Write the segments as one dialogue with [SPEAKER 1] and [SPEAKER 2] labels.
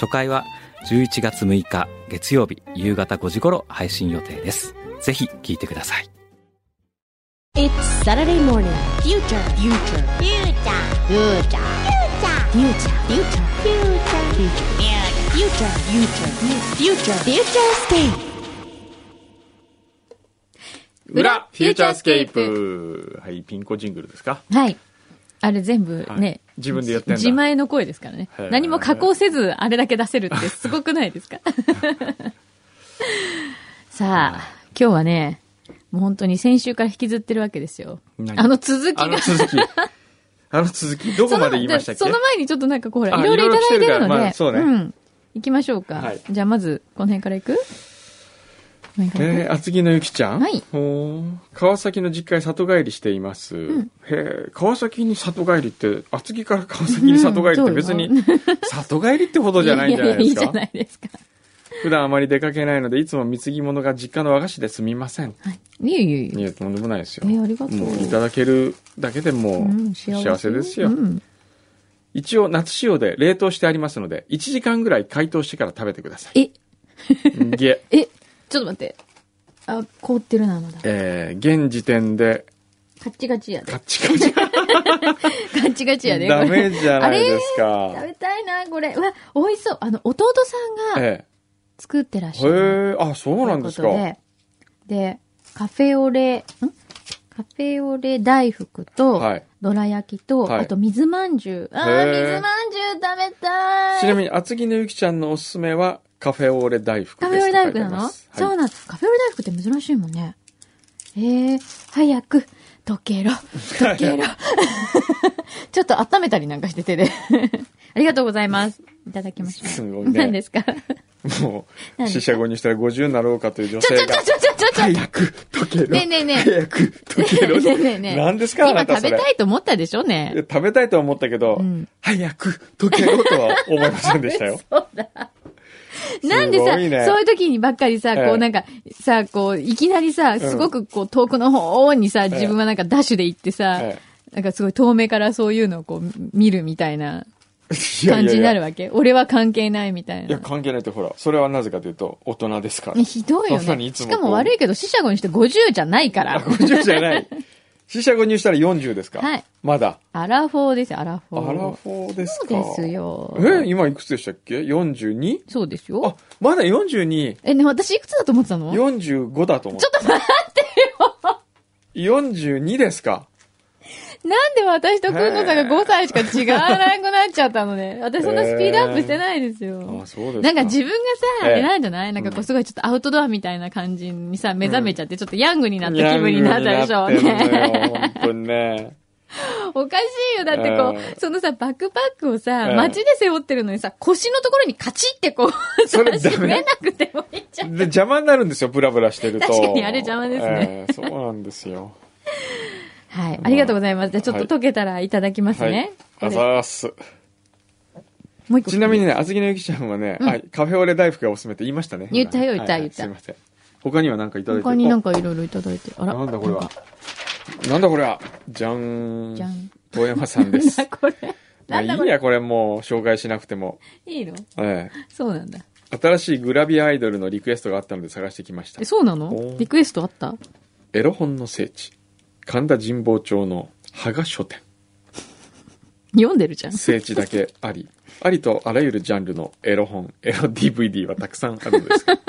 [SPEAKER 1] 初回は11月6日月曜日夕方5時頃配信予定ですぜひ聞いてください
[SPEAKER 2] It's Saturday morning. Future. Future. Future. Future. Future. Future. Future. Future. Future. Future. Future. Future scape.
[SPEAKER 3] 裏フューチャースケープはいピンコジングルですか
[SPEAKER 4] はい。あれ全部
[SPEAKER 3] はい
[SPEAKER 4] ね、
[SPEAKER 3] 自分でやってんだ
[SPEAKER 4] 自前の声ですからね
[SPEAKER 3] へえ。
[SPEAKER 4] 何も加工せずあれだけ出せる ってすごくないですか さあ、今日はね、もう本当に先週から引きずってるわけですよ。
[SPEAKER 3] 何
[SPEAKER 4] あの続き
[SPEAKER 3] あの
[SPEAKER 4] が。
[SPEAKER 3] 続 きあの続きどこまで言いましたっけ
[SPEAKER 4] その前にちょっとなんかこうほら、
[SPEAKER 3] あ
[SPEAKER 4] いろいろいただいてるので、
[SPEAKER 3] いろいろ来てるからまあそうね
[SPEAKER 4] ん。行きましょうか。
[SPEAKER 3] はい
[SPEAKER 4] じゃあまず、この辺から行くこの辺から行く
[SPEAKER 3] えー、厚木のゆきちゃん、
[SPEAKER 4] はい
[SPEAKER 3] ほー川崎の実家へ里帰りしています、へー川崎に里帰りって厚木から川崎に里帰りっ
[SPEAKER 4] うん
[SPEAKER 3] て別
[SPEAKER 4] そう
[SPEAKER 3] に里帰りってほどじゃないんじゃない
[SPEAKER 4] い
[SPEAKER 3] で
[SPEAKER 4] い
[SPEAKER 3] す
[SPEAKER 4] いじ
[SPEAKER 3] か
[SPEAKER 4] ゃないですか。
[SPEAKER 3] 普段あまり出かけないのでいつも貢ぎ物が実家の和菓子ですみません
[SPEAKER 4] いえいえいえ
[SPEAKER 3] いやとんでもないですよ、
[SPEAKER 4] えありがとう
[SPEAKER 3] もういただけるだけでも
[SPEAKER 4] うん
[SPEAKER 3] う幸せですよ、
[SPEAKER 4] うん
[SPEAKER 3] 一応夏仕様で冷凍してありますので1時間ぐらい解凍してから食べてください
[SPEAKER 4] え、
[SPEAKER 3] いえ
[SPEAKER 4] え、ちょっと待って。あ、凍ってるな、まだ。
[SPEAKER 3] えー現時点で
[SPEAKER 4] カッチガチやで。
[SPEAKER 3] カチカチ
[SPEAKER 4] カッ チガチやで。
[SPEAKER 3] ダ
[SPEAKER 4] これ
[SPEAKER 3] メじゃないですか
[SPEAKER 4] 食べたいな、これ。うわ、美味しそう。あの、弟さんが
[SPEAKER 3] え
[SPEAKER 4] 作ってらっし
[SPEAKER 3] え
[SPEAKER 4] ゃ
[SPEAKER 3] へ
[SPEAKER 4] る。
[SPEAKER 3] えあそうなんですか
[SPEAKER 4] ということで、でカフェオレ、んカフェオレ大福と、
[SPEAKER 3] はい
[SPEAKER 4] どら焼きと、
[SPEAKER 3] はい
[SPEAKER 4] あと水まんじゅう。あー、
[SPEAKER 3] へー
[SPEAKER 4] 水まんじゅう食べたい。
[SPEAKER 3] ちなみに厚木のゆきちゃんのおすすめはカフェオレ大福で
[SPEAKER 4] カ
[SPEAKER 3] す
[SPEAKER 4] フェオレ大福な
[SPEAKER 3] と書
[SPEAKER 4] の、そう
[SPEAKER 3] いてありますはい
[SPEAKER 4] なんカフェオレ大福って珍しいもんね。ええ早く、溶けろ、 溶けろ。 ちょっと温めたりなんかして手で。 ありがとうございます。いただきました。
[SPEAKER 3] すごいね
[SPEAKER 4] 何です かちょ
[SPEAKER 3] もう
[SPEAKER 4] 何
[SPEAKER 3] 死者後にしたら50になろうかという女
[SPEAKER 4] ち
[SPEAKER 3] 性
[SPEAKER 4] ょちょ
[SPEAKER 3] が
[SPEAKER 4] ちょちょちょちょ。
[SPEAKER 3] 早く溶けろ
[SPEAKER 4] ねえねえねえ
[SPEAKER 3] 早く溶けろ
[SPEAKER 4] ねえねえねえ
[SPEAKER 3] 何ですかあなた
[SPEAKER 4] 今
[SPEAKER 3] それ
[SPEAKER 4] 食べたいと思ったでしょね
[SPEAKER 3] い。や食べたいとは思ったけど、
[SPEAKER 4] うん
[SPEAKER 3] 早く溶けろとは思いませんでしたよ。
[SPEAKER 4] そうだ。なんでさ、
[SPEAKER 3] すごいね
[SPEAKER 4] そういう時にばっかりさ、
[SPEAKER 3] ええ
[SPEAKER 4] こうなんか、さ、こう、いきなりさ、すごくこう、遠くの方にさ、自分はなんかダッシュで行ってさ、
[SPEAKER 3] え
[SPEAKER 4] なんかすごい遠目からそういうのをこう、見るみたいな
[SPEAKER 3] 感
[SPEAKER 4] 感じになる
[SPEAKER 3] わ
[SPEAKER 4] わけ俺は関係ないみたい
[SPEAKER 3] いや、
[SPEAKER 4] な。
[SPEAKER 3] 関係ないってほら、それはなぜかというと、大人ですから。
[SPEAKER 4] ねひ どいよ
[SPEAKER 3] そんなにい
[SPEAKER 4] ね。
[SPEAKER 3] つも
[SPEAKER 4] し
[SPEAKER 3] こう
[SPEAKER 4] かも悪いけど、死者後にして50じゃないか
[SPEAKER 3] あ、
[SPEAKER 4] ら。
[SPEAKER 3] 50じゃない。四捨五入したら40ですか
[SPEAKER 4] はい。
[SPEAKER 3] まだ。
[SPEAKER 4] アラフォーですよ、アラフ
[SPEAKER 3] ア
[SPEAKER 4] ォー。
[SPEAKER 3] ラフォーですか
[SPEAKER 4] そうですよ
[SPEAKER 3] え、今いくつでしたっけ ?42?
[SPEAKER 4] そうです
[SPEAKER 3] あ
[SPEAKER 4] よ。、
[SPEAKER 3] まだ42、
[SPEAKER 4] え、ね、私いくつだと思ってたの
[SPEAKER 3] 45だと思う。ちょっと待ってよ !42 ですか
[SPEAKER 4] なんで私とくんの差が5歳しか違わなくなっちゃったのね。私そんなスピードアップしてないですよ
[SPEAKER 3] あ、。そうです
[SPEAKER 4] なんか自分がさ、あ
[SPEAKER 3] ええ
[SPEAKER 4] れなんじゃないなんかこうすごいちょっとアウトドアみたいな感じにさ、目覚めちゃって、ちょっとヤングになった気分になったでしょう
[SPEAKER 3] ヤングになってん
[SPEAKER 4] ね。
[SPEAKER 3] のよ本当にね。
[SPEAKER 4] おかしいよ。だってこう、
[SPEAKER 3] ええ
[SPEAKER 4] そのさ、バックパックをさ、
[SPEAKER 3] ええ
[SPEAKER 4] 街で背負ってるのにさ、腰のところにカチってこう、
[SPEAKER 3] それダ メ
[SPEAKER 4] 閉めなくてもいいじゃん。
[SPEAKER 3] で、邪魔になるんですよ、ブラブラしてると。
[SPEAKER 4] 確かにあれ邪魔ですね
[SPEAKER 3] ええ。そうなんですよ。
[SPEAKER 4] はい。ありがとうございます。じゃあちょっと溶けたらいただきます
[SPEAKER 3] はい。
[SPEAKER 4] ね。
[SPEAKER 3] あざーす。
[SPEAKER 4] もう一個。
[SPEAKER 3] ちなみにね、厚木のゆきちゃんはね、あカフェオレ大福がおすすめって言いましたね。
[SPEAKER 4] 言ったよ
[SPEAKER 3] 今ね
[SPEAKER 4] 言った
[SPEAKER 3] はい
[SPEAKER 4] 言
[SPEAKER 3] はいすいません。他には何かいただいて
[SPEAKER 4] 他になんかいろいろいただいて。あ
[SPEAKER 3] お
[SPEAKER 4] ら。
[SPEAKER 3] なんだこれ
[SPEAKER 4] な
[SPEAKER 3] は
[SPEAKER 4] んか。
[SPEAKER 3] なんだこれは。じゃーん。
[SPEAKER 4] じゃん。
[SPEAKER 3] 遠山さんです
[SPEAKER 4] なん。だこれ。
[SPEAKER 3] まあ
[SPEAKER 4] ない
[SPEAKER 3] い
[SPEAKER 4] んだこれ。
[SPEAKER 3] や、これもう紹介しなくても。
[SPEAKER 4] いいの
[SPEAKER 3] え
[SPEAKER 4] そうなんだ。
[SPEAKER 3] え。新しいグラビアアイドルのリクエストがあったので探してきました
[SPEAKER 4] え、。そうな
[SPEAKER 3] お
[SPEAKER 4] のリクエストあった
[SPEAKER 3] エロ本の聖地。神田神保町の羽賀書店。
[SPEAKER 4] 読んでるじゃん。
[SPEAKER 3] 聖地だけあり。ありとあらゆるジャンルのエロ本、エロ DVD はたくさんあるのですが。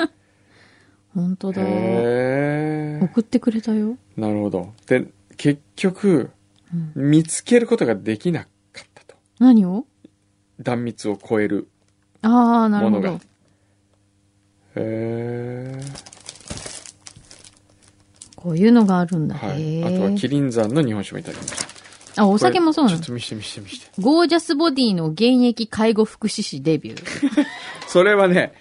[SPEAKER 4] 本当だ。
[SPEAKER 3] へー
[SPEAKER 4] 送ってくれたよ。
[SPEAKER 3] なるほど。で、結局、見つけることができなかったと。
[SPEAKER 4] 何を
[SPEAKER 3] 断蜜を超える
[SPEAKER 4] ああ、なる
[SPEAKER 3] もの
[SPEAKER 4] ほ
[SPEAKER 3] が。
[SPEAKER 4] ど。
[SPEAKER 3] へ
[SPEAKER 4] こういうのがあるん
[SPEAKER 3] ー
[SPEAKER 4] だ。
[SPEAKER 3] はい。
[SPEAKER 4] へ
[SPEAKER 3] あ
[SPEAKER 4] ー
[SPEAKER 3] とは、キリン山の日本酒もいただきました。
[SPEAKER 4] あ、お酒もそうな
[SPEAKER 3] これちょ
[SPEAKER 4] の
[SPEAKER 3] っと見して見して見して。
[SPEAKER 4] ゴージャスボディの現役介護福祉士デビュー。
[SPEAKER 3] それはね、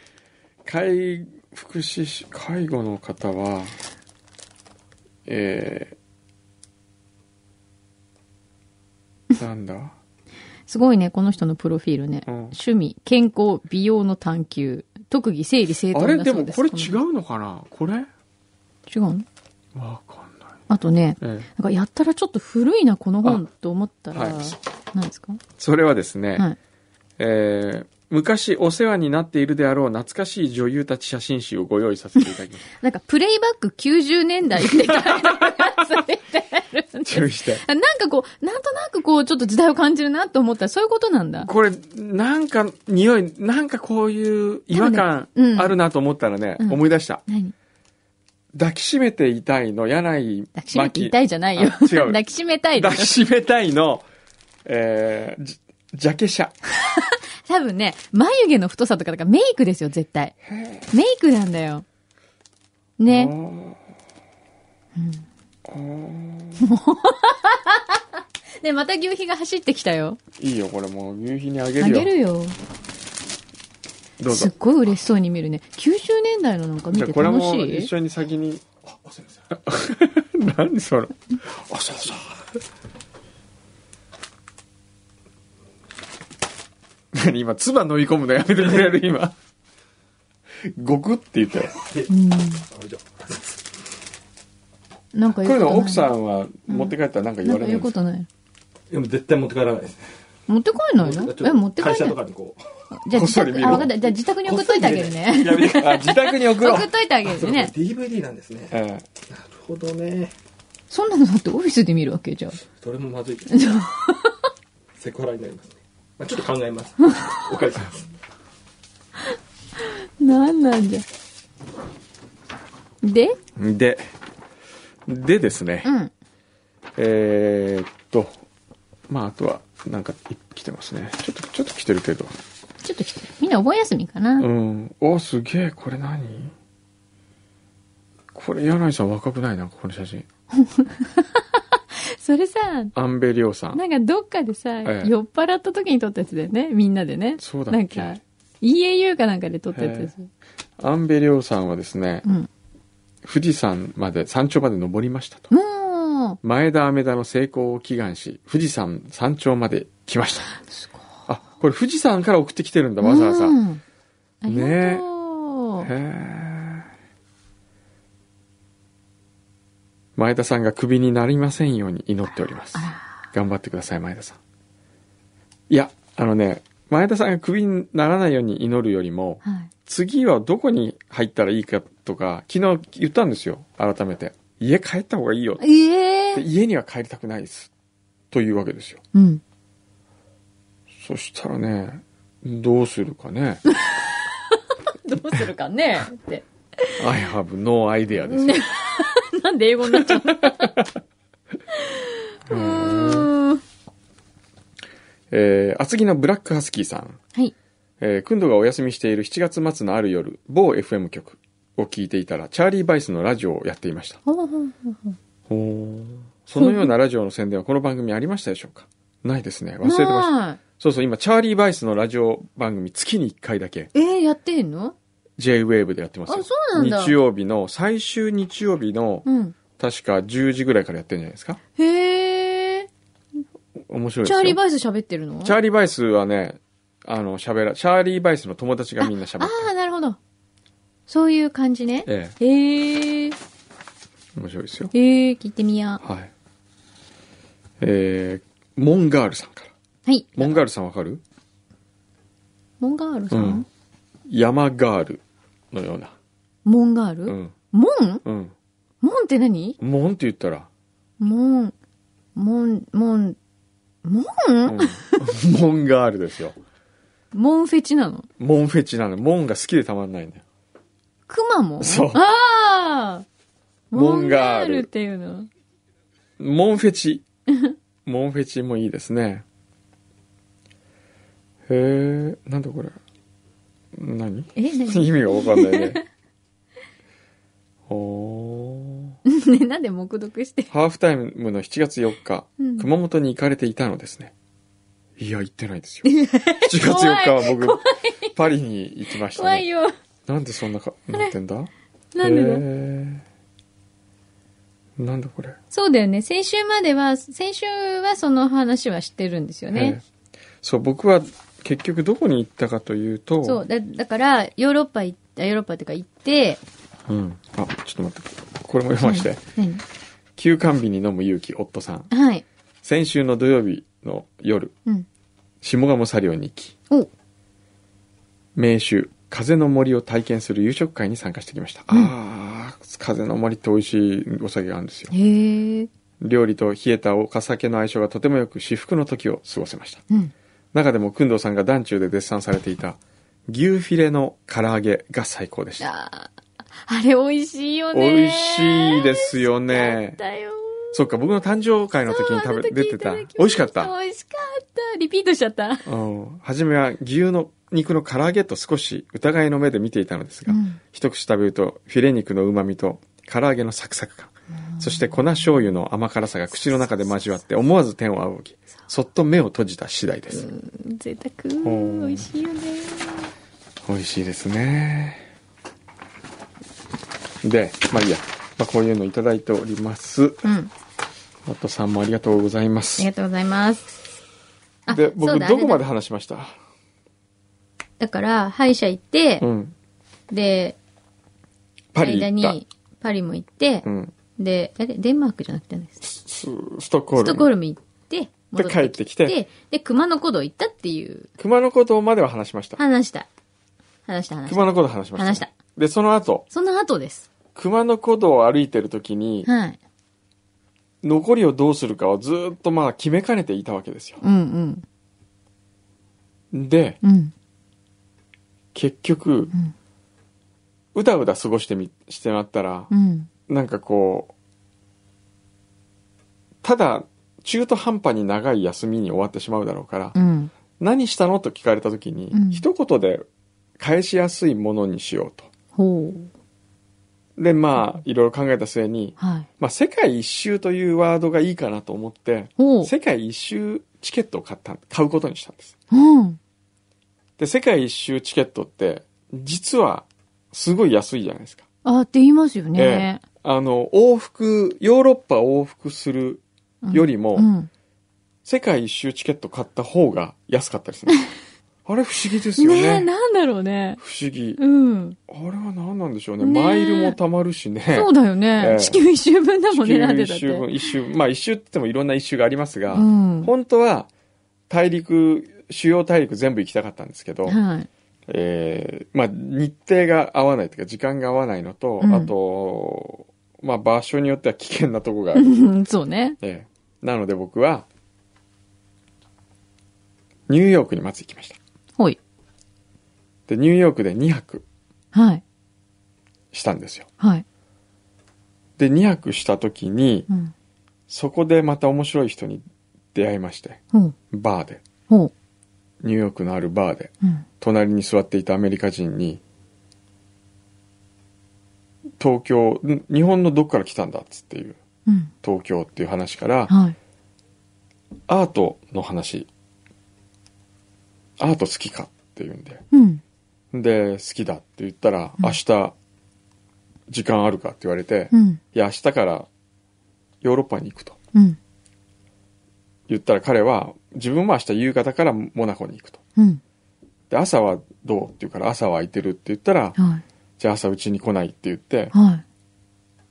[SPEAKER 3] 介福祉士、介護の方は、えー、なんだ
[SPEAKER 4] すごいね、この人のプロフィールね。
[SPEAKER 3] うん
[SPEAKER 4] 趣味、健康、美容の探求、特技、整理整
[SPEAKER 3] あ
[SPEAKER 4] 頓
[SPEAKER 3] れ
[SPEAKER 4] だ
[SPEAKER 3] で
[SPEAKER 4] そう
[SPEAKER 3] も
[SPEAKER 4] です。
[SPEAKER 3] これ違うのかなこれ
[SPEAKER 4] 違うの
[SPEAKER 3] わかんない。
[SPEAKER 4] あとね、
[SPEAKER 3] ええ、
[SPEAKER 4] なんかやったらちょっと古いな、この本と思ったら、
[SPEAKER 3] はい
[SPEAKER 4] 何ですか
[SPEAKER 3] それはですね、
[SPEAKER 4] はい。
[SPEAKER 3] えー昔お世話になっているであろう懐かしい女優たち写真集をご用意させていただきまし
[SPEAKER 4] なんか、プレイバック90年代って書いてある
[SPEAKER 3] た。注意 して。
[SPEAKER 4] なんかこう、なんとなくこう、ちょっと時代を感じるなと思ったら、そういうことなんだ。
[SPEAKER 3] これ、なんか匂い、なんかこういう違和感
[SPEAKER 4] 多分ねうん
[SPEAKER 3] あるなと思ったらね、
[SPEAKER 4] うん
[SPEAKER 3] 思い出した。
[SPEAKER 4] 何
[SPEAKER 3] 抱きしめていたいの柳
[SPEAKER 4] 抱きしめて痛いじゃないよ。
[SPEAKER 3] あ違う
[SPEAKER 4] 抱きしめたいだ
[SPEAKER 3] 抱
[SPEAKER 4] よ
[SPEAKER 3] きしめたいの、えー、じジャケ写。
[SPEAKER 4] 多分ね、眉毛の太さとか、だからメイクですよ、絶対。 メイクなんだよ。ね。ね、また牛皮が走ってきたよ。
[SPEAKER 3] いいよ、これもう夕日にあげ
[SPEAKER 4] あ
[SPEAKER 3] るよ。
[SPEAKER 4] げるよ。
[SPEAKER 3] どう
[SPEAKER 4] す
[SPEAKER 3] ぞ
[SPEAKER 4] っ。ごい嬉しそうに見るね。90年代のなんか見
[SPEAKER 3] じゃあ
[SPEAKER 4] て
[SPEAKER 3] これ
[SPEAKER 4] 楽
[SPEAKER 3] も
[SPEAKER 4] し
[SPEAKER 3] 一
[SPEAKER 4] い
[SPEAKER 3] 緒に先に。 何それ。あ、そうそう。何今、唾飲み込むのやめてくれる今。ごくって言ったよ。
[SPEAKER 4] なんか
[SPEAKER 3] こう
[SPEAKER 4] 言
[SPEAKER 3] いう
[SPEAKER 4] う
[SPEAKER 3] の
[SPEAKER 4] こ
[SPEAKER 3] 奥
[SPEAKER 4] と
[SPEAKER 3] さ
[SPEAKER 4] ない。
[SPEAKER 3] んは持って帰ったらなんか言
[SPEAKER 4] な
[SPEAKER 3] われな
[SPEAKER 4] んか
[SPEAKER 3] い
[SPEAKER 4] 言うん
[SPEAKER 3] で
[SPEAKER 4] こ
[SPEAKER 3] すか
[SPEAKER 4] とない。
[SPEAKER 5] でも絶対持って帰らないですね。
[SPEAKER 4] 持ってこないのえ、持って帰
[SPEAKER 5] 会社
[SPEAKER 4] ら
[SPEAKER 5] と
[SPEAKER 4] な
[SPEAKER 5] か
[SPEAKER 4] い。
[SPEAKER 5] にこ
[SPEAKER 4] じゃあ
[SPEAKER 3] こっ
[SPEAKER 4] 自
[SPEAKER 3] そり見
[SPEAKER 4] 宅、
[SPEAKER 3] ろ
[SPEAKER 4] あ、わかった。じゃあ自宅に送っといてあげるね。
[SPEAKER 3] やめてあ自宅に送ろう
[SPEAKER 4] 送っ。といてあげ
[SPEAKER 5] う。
[SPEAKER 4] るね。
[SPEAKER 5] DVD なんですね。なる
[SPEAKER 3] ええ
[SPEAKER 5] ほ どね。
[SPEAKER 4] そんなのだってオフィスで見るわけじゃん。
[SPEAKER 5] それもまずいですね。セクハラになりますね。まあちょっと考えます。お返しします。
[SPEAKER 4] なんなんじゃ。で
[SPEAKER 3] で、でですね、
[SPEAKER 4] うん。
[SPEAKER 3] えーっと、まあ、あとは、なんか、い来てますね。ちょっと、ちょっと来てるけど。
[SPEAKER 4] ちょっと来て。みんなお盆休みかな、
[SPEAKER 3] うん。お、すげえ、これ何これ、柳井さん若くないなんか、この写真。
[SPEAKER 4] それさ、
[SPEAKER 3] アンベリオさん。
[SPEAKER 4] なんかどっかでさ、
[SPEAKER 3] ええ
[SPEAKER 4] 酔っ払った時に撮ったやつだよね。みんなでね。
[SPEAKER 3] そうだっけ
[SPEAKER 4] なんか、EAU かなんかで撮ったやつです。
[SPEAKER 3] アンベリオさんはですね、
[SPEAKER 4] うん
[SPEAKER 3] 富士山まで、山頂まで登りましたと。
[SPEAKER 4] も
[SPEAKER 3] 前田飴田の成功を祈願し、富士山山頂まで来ました。あ、これ富士山から送ってきてるんだ、
[SPEAKER 4] う、
[SPEAKER 3] わざわざ。
[SPEAKER 4] うんありが
[SPEAKER 3] ね
[SPEAKER 4] とう。
[SPEAKER 3] へえ前田さんがクビになりませんように祈っております頑張ってください前田さんいやあのね前田さんがクビにならないように祈るよりも
[SPEAKER 4] はい。
[SPEAKER 3] 次はどこに入ったらいいかとか昨日言ったんですよ改めて家帰った方がいいよ
[SPEAKER 4] ええ
[SPEAKER 3] で家には帰りたくないですというわけですよ
[SPEAKER 4] うん。
[SPEAKER 3] そしたらねどうするか ね
[SPEAKER 4] どうするかねって。
[SPEAKER 3] I have no idea ですよ
[SPEAKER 4] なんで英語になっちゃったうーん
[SPEAKER 3] えー厚木のブラックハスキーさん。
[SPEAKER 4] はい。
[SPEAKER 3] えー、くんどがお休みしている7月末のある夜、某 FM 局を聞いていたら、チャーリー・バイスのラジオをやっていました。
[SPEAKER 4] ほうほう
[SPEAKER 3] そのようなラジオの宣伝はこの番組ありましたでしょうかないですね。忘れてました。
[SPEAKER 4] ない
[SPEAKER 3] そうそう、今、チャーリー・バイスのラジオ番組月に1回だけ、
[SPEAKER 4] えー、やってんの
[SPEAKER 3] J-Wave でやってますよ。
[SPEAKER 4] あそうなんだ
[SPEAKER 3] 日曜日の、最終日曜日の、
[SPEAKER 4] うん。
[SPEAKER 3] 確か10時ぐらいからやってるんじゃないですか
[SPEAKER 4] へえ。
[SPEAKER 3] 面白いです
[SPEAKER 4] チャ
[SPEAKER 3] よ。
[SPEAKER 4] ーリー・バイス喋ってるの
[SPEAKER 3] チャーリー・バイスはね、あの、喋ら、チャーリー・バイスの友達がみんな喋って
[SPEAKER 4] ああー、なるほど。そういう感じね。
[SPEAKER 3] え
[SPEAKER 4] へえ。
[SPEAKER 3] え、面白いですよ。
[SPEAKER 4] へえ、聞いてみよう。
[SPEAKER 3] はい。えー、モンガールさんから。
[SPEAKER 4] はい。
[SPEAKER 3] モンガールさんわかる
[SPEAKER 4] モンガールさん、
[SPEAKER 3] うん山ガールのような。
[SPEAKER 4] モンガール、
[SPEAKER 3] うん。
[SPEAKER 4] モン
[SPEAKER 3] うん。
[SPEAKER 4] モンって何
[SPEAKER 3] モンって言ったら、
[SPEAKER 4] モン、モン、モン、モ
[SPEAKER 3] う
[SPEAKER 4] ン
[SPEAKER 3] ん、モンガールですよ。
[SPEAKER 4] モンフェチなの
[SPEAKER 3] モンフェチなの。モンが好きでたまんないんだよ。
[SPEAKER 4] クマモン
[SPEAKER 3] そう
[SPEAKER 4] ああ
[SPEAKER 3] モンガール
[SPEAKER 4] モンっていうの。
[SPEAKER 3] モンフェチ。 モンフェチもいいですね。へえ、なんだこれ。何
[SPEAKER 4] え、何
[SPEAKER 3] 意味がわかんない ね。ほー。
[SPEAKER 4] ね、 なんで黙読して。
[SPEAKER 3] ハーフタイムの7月4日、
[SPEAKER 4] うん
[SPEAKER 3] 熊本に行かれていたのですね。いや、行ってないですよ。7月4日は僕、パリに行きました、ね。
[SPEAKER 4] 怖いよ。
[SPEAKER 3] なんでそんなか、なってんだ
[SPEAKER 4] なんでだ
[SPEAKER 3] へーなんだこれ。
[SPEAKER 4] そうだよね。先週までは、先週はその話は知ってるんですよね。
[SPEAKER 3] ええそう、僕は結局どこに行ったかというと、
[SPEAKER 4] そう。だだから、ヨーロッパ行った、ヨーロッパっていうか行って、
[SPEAKER 3] うん。あ、ちょっと待って。これも読ま して。
[SPEAKER 4] 何
[SPEAKER 3] 休館日に飲む勇気、夫さん。
[SPEAKER 4] はい。
[SPEAKER 3] 先週の土曜日の夜、
[SPEAKER 4] うん。
[SPEAKER 3] 下鴨サリオに行き、
[SPEAKER 4] お
[SPEAKER 3] 名酒、風の森を体験する夕食会に参加してきました。ああ、風の森って美味しいお酒があるんですよ。
[SPEAKER 4] へえ。
[SPEAKER 3] 料理と冷えたお酒の相性がとてもよく至福の時を過ごせました。
[SPEAKER 4] うん。
[SPEAKER 3] 中でも、工藤さんが団中で絶賛されていた、牛フィレの唐揚げが最高でした。
[SPEAKER 4] あーあれ美味しいよね。
[SPEAKER 3] 美味しいですよね。
[SPEAKER 4] だよ。
[SPEAKER 3] そっか、僕の誕生会の時に食べ、出てた。美味しかった。
[SPEAKER 4] 美味しかった。リピートしちゃった。
[SPEAKER 3] うん初めは牛の肉の唐揚げと少し疑いの目で見ていたのですが、
[SPEAKER 4] うん
[SPEAKER 3] 一口食べるとフィレ肉の旨味と唐揚げのサクサク感、そして粉醤油の甘辛さが口の中で交わって思わず天を仰ぎそっと目を閉じた次第です、
[SPEAKER 4] 贅
[SPEAKER 3] おー
[SPEAKER 4] 沢。美味しいよね。
[SPEAKER 3] 美味しいですねでまあいいや、まあ、こういうのいただいております
[SPEAKER 4] うん。あ
[SPEAKER 3] マットさんもありがとうございま
[SPEAKER 4] り
[SPEAKER 3] す
[SPEAKER 4] がとうございます。あ
[SPEAKER 3] で
[SPEAKER 4] そ
[SPEAKER 3] 僕
[SPEAKER 4] うだ
[SPEAKER 3] どこまで
[SPEAKER 4] あれだ
[SPEAKER 3] 話しました
[SPEAKER 4] だから、歯医者行って
[SPEAKER 3] う、ん
[SPEAKER 4] で、
[SPEAKER 3] パリ
[SPEAKER 4] 間
[SPEAKER 3] 行っ
[SPEAKER 4] にパリも行って
[SPEAKER 3] た、う、ん、
[SPEAKER 4] で、あれデンマークじゃなくてねス
[SPEAKER 3] スストックホルム
[SPEAKER 4] トックホルム行って、戻
[SPEAKER 3] 帰ってきて
[SPEAKER 4] で、で、熊野古道行ったっていう、
[SPEAKER 3] 熊野古道までは話しました。
[SPEAKER 4] 話した。話した話した。
[SPEAKER 3] 熊野古道話しました。
[SPEAKER 4] 話した
[SPEAKER 3] で、その後、
[SPEAKER 4] その後です。
[SPEAKER 3] 熊野古道を歩いてる時に、
[SPEAKER 4] はい。
[SPEAKER 3] 残りをどうするかをずーっとまあ決めかねていたわけですよ。
[SPEAKER 4] うん
[SPEAKER 3] で、
[SPEAKER 4] うん。うん。
[SPEAKER 3] 結局、
[SPEAKER 4] ん
[SPEAKER 3] うだうだ過ごしてみ、してまったら
[SPEAKER 4] う、ん。
[SPEAKER 3] なんかこう、ただ、中途半端に長い休みに終わってしまうだろうから、
[SPEAKER 4] うん。
[SPEAKER 3] 何したのと聞かれた時に、
[SPEAKER 4] うん
[SPEAKER 3] 一言で返しやすいものにしようと。
[SPEAKER 4] ほう。
[SPEAKER 3] で、まあ、いろいろ考えた末に、
[SPEAKER 4] はい。
[SPEAKER 3] まあ、世界一周というワードがいいかなと思って、
[SPEAKER 4] ほう。
[SPEAKER 3] 世界一周チケットを買った、買うことにしたんです。
[SPEAKER 4] うん。
[SPEAKER 3] で、世界一周チケットって、実は、すごい安いじゃないですか。
[SPEAKER 4] あって言いますよね。
[SPEAKER 3] あの、往復、ヨーロッパ往復するよりも、
[SPEAKER 4] うん。
[SPEAKER 3] 世界一周チケット買った方が安かったりするん ですあれ不思議ですよ
[SPEAKER 4] ね
[SPEAKER 3] ね。
[SPEAKER 4] え、なんだろうね。
[SPEAKER 3] 不思議。
[SPEAKER 4] うん。
[SPEAKER 3] あれは何なんでしょうね。
[SPEAKER 4] ねえ
[SPEAKER 3] マイルも貯まるしね。
[SPEAKER 4] そうだよ
[SPEAKER 3] ええ
[SPEAKER 4] ね。地球一周分だもんね、なんで
[SPEAKER 3] 地球
[SPEAKER 4] だ
[SPEAKER 3] 一
[SPEAKER 4] って。
[SPEAKER 3] 周分、一周、まあ一周って言ってもいろんな一周がありますが、
[SPEAKER 4] うん。
[SPEAKER 3] 本当は大陸主要大陸全部行きたかったんですけど、
[SPEAKER 4] はい。
[SPEAKER 3] えーまあ、日程が合わないというか時間が合わないのと、
[SPEAKER 4] うん
[SPEAKER 3] あと、まあ、場所によっては危険なとこがあ
[SPEAKER 4] う
[SPEAKER 3] る、
[SPEAKER 4] んそうね。
[SPEAKER 3] えーなので僕はニューヨークにまず行きました
[SPEAKER 4] ほい。
[SPEAKER 3] でニューヨークで2泊
[SPEAKER 4] はい。
[SPEAKER 3] したんですよ
[SPEAKER 4] はい。
[SPEAKER 3] で2泊した時に
[SPEAKER 4] うん。
[SPEAKER 3] そこでまた面白い人に出会いまして
[SPEAKER 4] ほう。
[SPEAKER 3] バーで
[SPEAKER 4] ほう。
[SPEAKER 3] ニューヨークのあるバーで
[SPEAKER 4] うん。
[SPEAKER 3] 隣に座っていたアメリカ人に「東京ん日本のどっから来たんだ」っつっていう
[SPEAKER 4] うん。
[SPEAKER 3] 東京っていう話から
[SPEAKER 4] はい。
[SPEAKER 3] アートの話アート好きかっていうんで
[SPEAKER 4] うん。
[SPEAKER 3] で好きだって言ったら「明日時間あるか?」って言われて「
[SPEAKER 4] う
[SPEAKER 3] い
[SPEAKER 4] ん。
[SPEAKER 3] や明日からヨーロッパに行く」と
[SPEAKER 4] うん。
[SPEAKER 3] 言ったら彼は「自分も明日夕方からモナコに行く」と。
[SPEAKER 4] うん。
[SPEAKER 3] で朝はどうって言うから朝は空いてるって言ったら
[SPEAKER 4] はい。
[SPEAKER 3] じゃあ朝うちに来ないって言って
[SPEAKER 4] は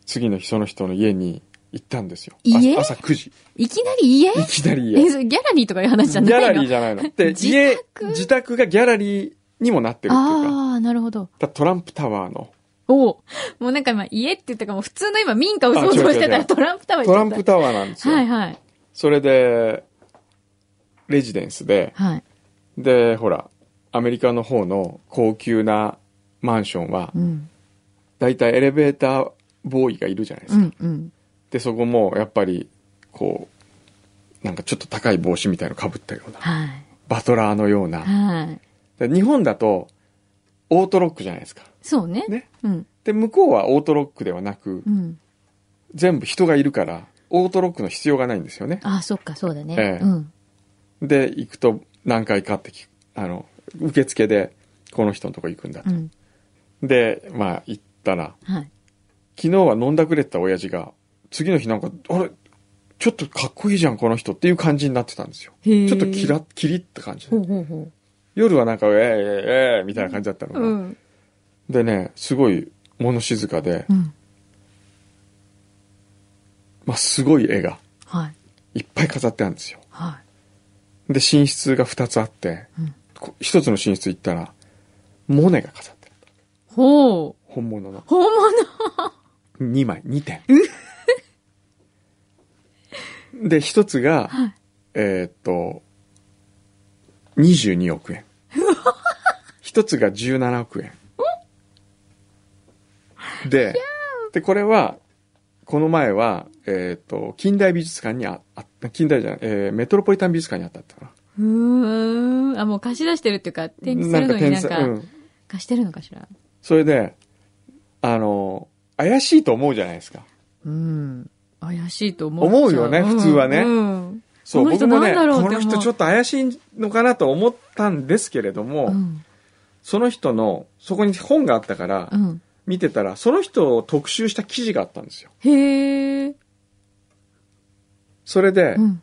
[SPEAKER 3] 次の日その人の家に行ったんですよ。
[SPEAKER 4] 家
[SPEAKER 3] あ朝9時。
[SPEAKER 4] い。いきなり家
[SPEAKER 3] いきなり
[SPEAKER 4] え、
[SPEAKER 3] 家。
[SPEAKER 4] それギャラリーとかいう話
[SPEAKER 3] ギ
[SPEAKER 4] じゃない
[SPEAKER 3] ャラ
[SPEAKER 4] の
[SPEAKER 3] リーじゃないの。で、
[SPEAKER 4] 自
[SPEAKER 3] 家
[SPEAKER 4] 宅、
[SPEAKER 3] 自宅がギャラリーにもなってるっていうか、だか
[SPEAKER 4] ああ、なるほど。
[SPEAKER 3] らトランプタワーの、
[SPEAKER 4] おお。もうなんか今、家って言ったから、もう普通の今、民家を想像してた
[SPEAKER 3] あ違う違う違
[SPEAKER 4] ら
[SPEAKER 3] う
[SPEAKER 4] トランプタワー
[SPEAKER 3] トランプ
[SPEAKER 4] タ
[SPEAKER 3] タワーなんですよ。
[SPEAKER 4] はいはい。
[SPEAKER 3] それで、レジデンスで、
[SPEAKER 4] はい。
[SPEAKER 3] で、ほら、アメリカの方の高級なマンションは
[SPEAKER 4] う、ん。
[SPEAKER 3] だいたいエレベーターボーイがいるじゃないです
[SPEAKER 4] う
[SPEAKER 3] か。
[SPEAKER 4] んうん。
[SPEAKER 3] で、そこも、やっぱり、こう、なんかちょっと高い帽子みたいの被ったような、
[SPEAKER 4] はい。
[SPEAKER 3] バトラーのような、
[SPEAKER 4] はい。
[SPEAKER 3] で日本だと、オートロックじゃないですか。
[SPEAKER 4] そうね。
[SPEAKER 3] ね。
[SPEAKER 4] うん。
[SPEAKER 3] で、向こうはオートロックではなく
[SPEAKER 4] う、ん。
[SPEAKER 3] 全部人がいるから、オートロックの必要がないんですよね。
[SPEAKER 4] ああ、そっか、そうだね
[SPEAKER 3] え。え
[SPEAKER 4] うん。
[SPEAKER 3] で、行くと何回かって聞く、あの、受付で、この人のとこ行くんだと
[SPEAKER 4] う。ん。
[SPEAKER 3] で、まあ行ったら、
[SPEAKER 4] はい。
[SPEAKER 3] 昨日は飲んだくれてた親父が、次の日なんか、あれ、ちょっとかっこいいじゃん、この人っていう感じになってたんですよ。
[SPEAKER 4] へー
[SPEAKER 3] ちょっとキラッ、キリッって感じで
[SPEAKER 4] ほうほうほ
[SPEAKER 3] 夜はなんか、えー、えー、えーみたいな感じだったの
[SPEAKER 4] う。
[SPEAKER 3] が、
[SPEAKER 4] うん。
[SPEAKER 3] でね、すごい物静かで、
[SPEAKER 4] うん。
[SPEAKER 3] まあすごい絵が
[SPEAKER 4] はい。
[SPEAKER 3] いっぱい飾ってあるんですよ。
[SPEAKER 4] は
[SPEAKER 3] で、寝室が2つあって、
[SPEAKER 4] ん
[SPEAKER 3] こ一つの寝室行ったら、モネが飾ってあった。
[SPEAKER 4] い。ほう。
[SPEAKER 3] 本物の。
[SPEAKER 4] 本物
[SPEAKER 3] 2枚、2点。で、一つが、えーっと、22億円。 一つが17億円。で、で、これは、この前は、えーっと、近代美術館にあ、あ近代じゃない、えーメトロポリタン美術館にあったってかな。
[SPEAKER 4] うーん。あ、もう貸し出してるっていうか、展示するのになんか、
[SPEAKER 3] うん。
[SPEAKER 4] 貸してるのかしら。
[SPEAKER 3] それで、あの、怪しいと思うじゃないですか。
[SPEAKER 4] うん。怪しいと思う。
[SPEAKER 3] 思うよね普通はね
[SPEAKER 4] うん。
[SPEAKER 3] そう、
[SPEAKER 4] この
[SPEAKER 3] 僕
[SPEAKER 4] 人
[SPEAKER 3] もね、
[SPEAKER 4] なんだろうって
[SPEAKER 3] こ
[SPEAKER 4] 思
[SPEAKER 3] の
[SPEAKER 4] う
[SPEAKER 3] 人ちょっと怪しいのかなと思ったんですけれども、
[SPEAKER 4] うん。
[SPEAKER 3] その人の、そこに本があったから
[SPEAKER 4] う、ん。
[SPEAKER 3] 見てたら、その人を特集した記事があったんですよ。
[SPEAKER 4] へえ。
[SPEAKER 3] それで、
[SPEAKER 4] うん。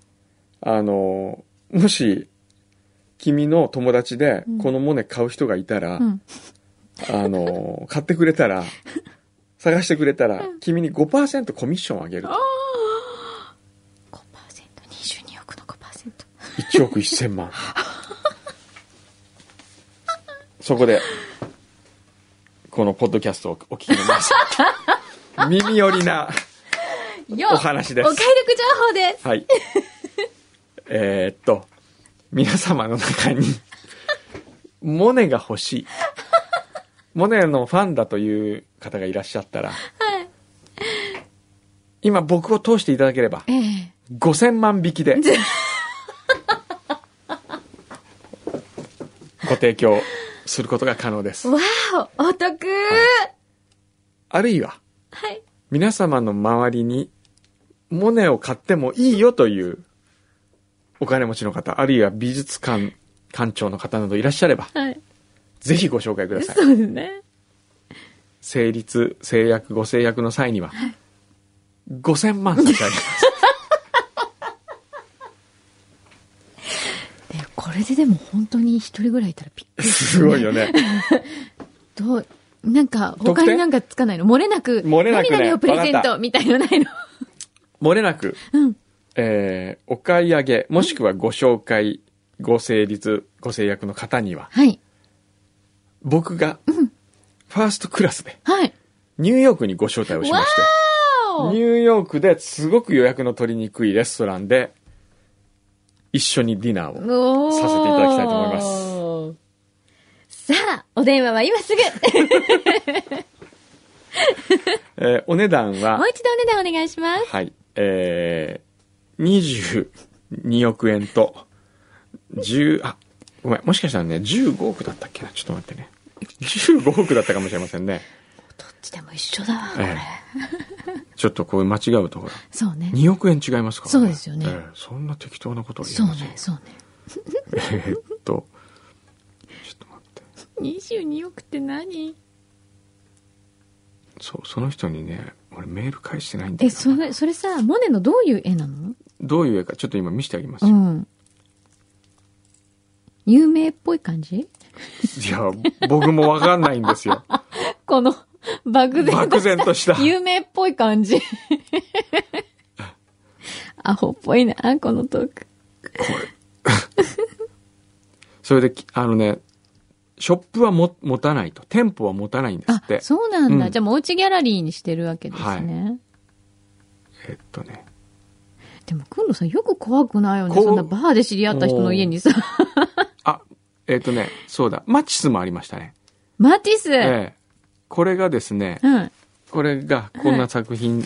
[SPEAKER 3] あの、もし、君の友達で
[SPEAKER 4] うん、
[SPEAKER 3] このモネ買う人がいたら、
[SPEAKER 4] うん。
[SPEAKER 3] あの、買ってくれた ら、探してくれたら、君に5%コミッションをあげると。
[SPEAKER 4] 5%、22億の5%。
[SPEAKER 3] 1億1000万。そこで、このポッドキャストをお聞きの皆さん、耳寄りな、
[SPEAKER 4] よ
[SPEAKER 3] お話です
[SPEAKER 4] お買い得情報です。
[SPEAKER 3] はい。えーっと、皆様の中に、モネが欲しい。モネのファンだという方がいらっしゃったら、今僕を通していただければ、
[SPEAKER 4] ええ
[SPEAKER 3] 5000万匹で、 ご提供することが可能です。
[SPEAKER 4] わお、お得
[SPEAKER 3] あるいは、
[SPEAKER 4] はい。
[SPEAKER 3] 皆様の周りに、モネを買ってもいいよという、お金持ちの方、あるいは美術館館長の方などいらっしゃれば、
[SPEAKER 4] はい。
[SPEAKER 3] ぜひご紹介ください。
[SPEAKER 4] そうですね。
[SPEAKER 3] 成立、制約、ご制約の際には、5000万差し上げます。
[SPEAKER 4] え、これででも本当に一人ぐらいいたらピ ッ。
[SPEAKER 3] すごいよね。
[SPEAKER 4] どう、なんか、
[SPEAKER 3] 得
[SPEAKER 4] 他
[SPEAKER 3] 点
[SPEAKER 4] になんかつかないの漏れなく、
[SPEAKER 3] 漏れなくね
[SPEAKER 4] 何々をプレゼン
[SPEAKER 3] わか
[SPEAKER 4] トみたいのないの
[SPEAKER 3] 漏れなく、
[SPEAKER 4] うん。
[SPEAKER 3] えーお買い上げ、もしくはご紹介、ご成立、ご制約の方には、
[SPEAKER 4] はい。
[SPEAKER 3] 僕が、ファーストクラスで、
[SPEAKER 4] はい。
[SPEAKER 3] ニューヨークにご招待をしまして、
[SPEAKER 4] お
[SPEAKER 3] ニューヨークですごく予約の取りにくいレストランで、一緒にディナーを。
[SPEAKER 4] おー
[SPEAKER 3] させていただきたいと思いま
[SPEAKER 4] さあ、お電話は今 すぐ
[SPEAKER 3] えーお値段
[SPEAKER 4] も
[SPEAKER 3] は
[SPEAKER 4] う、一度お値段お願いします。
[SPEAKER 3] はい、えー、22億円と、10、あ、ごめん、もしかしたらね、15億だったっけな。ちょっと待ってね。15億だったかもしれませんね。
[SPEAKER 4] どっちでも一緒だわ、こ
[SPEAKER 3] え
[SPEAKER 4] れ。
[SPEAKER 3] えちょっとこう間違うとほら、
[SPEAKER 4] そうね。
[SPEAKER 3] 2億円違いますから
[SPEAKER 4] そうですよね
[SPEAKER 3] ええそんな適当なことは言
[SPEAKER 4] そ
[SPEAKER 3] え
[SPEAKER 4] う
[SPEAKER 3] ません
[SPEAKER 4] ね、。そうね。
[SPEAKER 3] えーっと、ちょっと待って。
[SPEAKER 4] 22億って何
[SPEAKER 3] そう、その人にね、俺メール返してないんだ
[SPEAKER 4] え、
[SPEAKER 3] よ
[SPEAKER 4] それ、それさ、モネのどういう絵なの
[SPEAKER 3] どういう絵か、ちょっと今見せてあげます
[SPEAKER 4] う
[SPEAKER 3] よ。
[SPEAKER 4] ん。有名っぽい感じ
[SPEAKER 3] いや、僕もわかんないんです よ。
[SPEAKER 4] この、漠然と
[SPEAKER 3] 漠
[SPEAKER 4] し
[SPEAKER 3] 然とした
[SPEAKER 4] た、。有名っぽい 感じ。アホっぽいな、このトーク。
[SPEAKER 3] それで、きあのね、ショップはも持たないと。店舗は持たないんです
[SPEAKER 4] あ
[SPEAKER 3] っ、て。
[SPEAKER 4] そうなんだ。
[SPEAKER 3] うん
[SPEAKER 4] じゃあもうおうちギャラリーにしてるわけですね。
[SPEAKER 3] えーっとね。
[SPEAKER 4] でも、くんどさんよく怖くないよね。
[SPEAKER 3] こう
[SPEAKER 4] そんなバーで知り合った人の家にさ、
[SPEAKER 3] あ、えーっとね、そうだ。マチスもありましたね。
[SPEAKER 4] マティス、
[SPEAKER 3] ええこれがですね、
[SPEAKER 4] うん。
[SPEAKER 3] これが、こんな作品、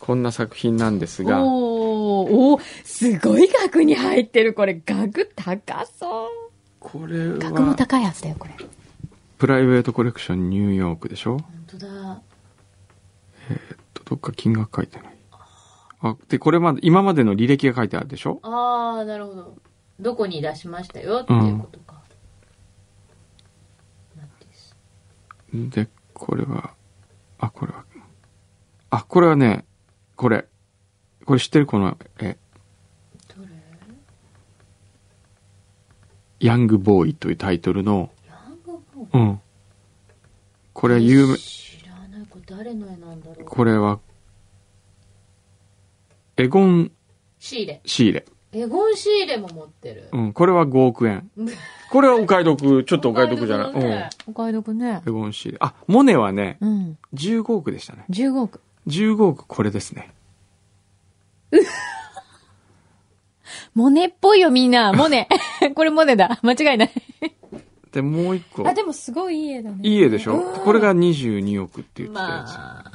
[SPEAKER 3] こんな作品なんですが、
[SPEAKER 4] おーおーすごい額に入ってる。これ、額高そう。
[SPEAKER 3] これ
[SPEAKER 4] 額も
[SPEAKER 3] は、
[SPEAKER 4] 高いやつだよ、これ。本
[SPEAKER 3] プライベートコレクションニューヨークでしょ
[SPEAKER 4] 当だ。
[SPEAKER 3] どっか金額書いてない。あ、で、これまで、今までの履歴が書いてあるでしょ
[SPEAKER 4] ああ、なるほど。どこに出しましたよって
[SPEAKER 3] いうこと
[SPEAKER 4] か。
[SPEAKER 3] で、これは、あ、これは、あ、これはね、これ。これ知ってるこの絵。ヤングボーイというタイトルの、うん。これは有名、
[SPEAKER 6] 知らないこれ誰の絵なんだろう
[SPEAKER 3] これは、エゴン・
[SPEAKER 6] シーレ
[SPEAKER 3] シーレ。
[SPEAKER 6] エゴンシーレも持ってる
[SPEAKER 3] うん、これは5億円。これはお買い得、ちょっとお買い得じゃない。
[SPEAKER 6] お
[SPEAKER 3] う
[SPEAKER 6] 買い得
[SPEAKER 3] ん。
[SPEAKER 6] だね
[SPEAKER 3] エ
[SPEAKER 4] お買い得ね。
[SPEAKER 3] ゴン・シーレ。あ、モネはね、
[SPEAKER 4] うん。
[SPEAKER 3] 15億でしたね。
[SPEAKER 4] 15億。
[SPEAKER 3] 15億これですね。
[SPEAKER 4] モネっぽいよ、みんな。モネ。 これモネだ。間違いない。
[SPEAKER 3] で、もう一個。
[SPEAKER 4] あ、でもすごいいい絵だね。
[SPEAKER 3] いい絵でしょこれが22億って言ってたやつ。
[SPEAKER 6] まあ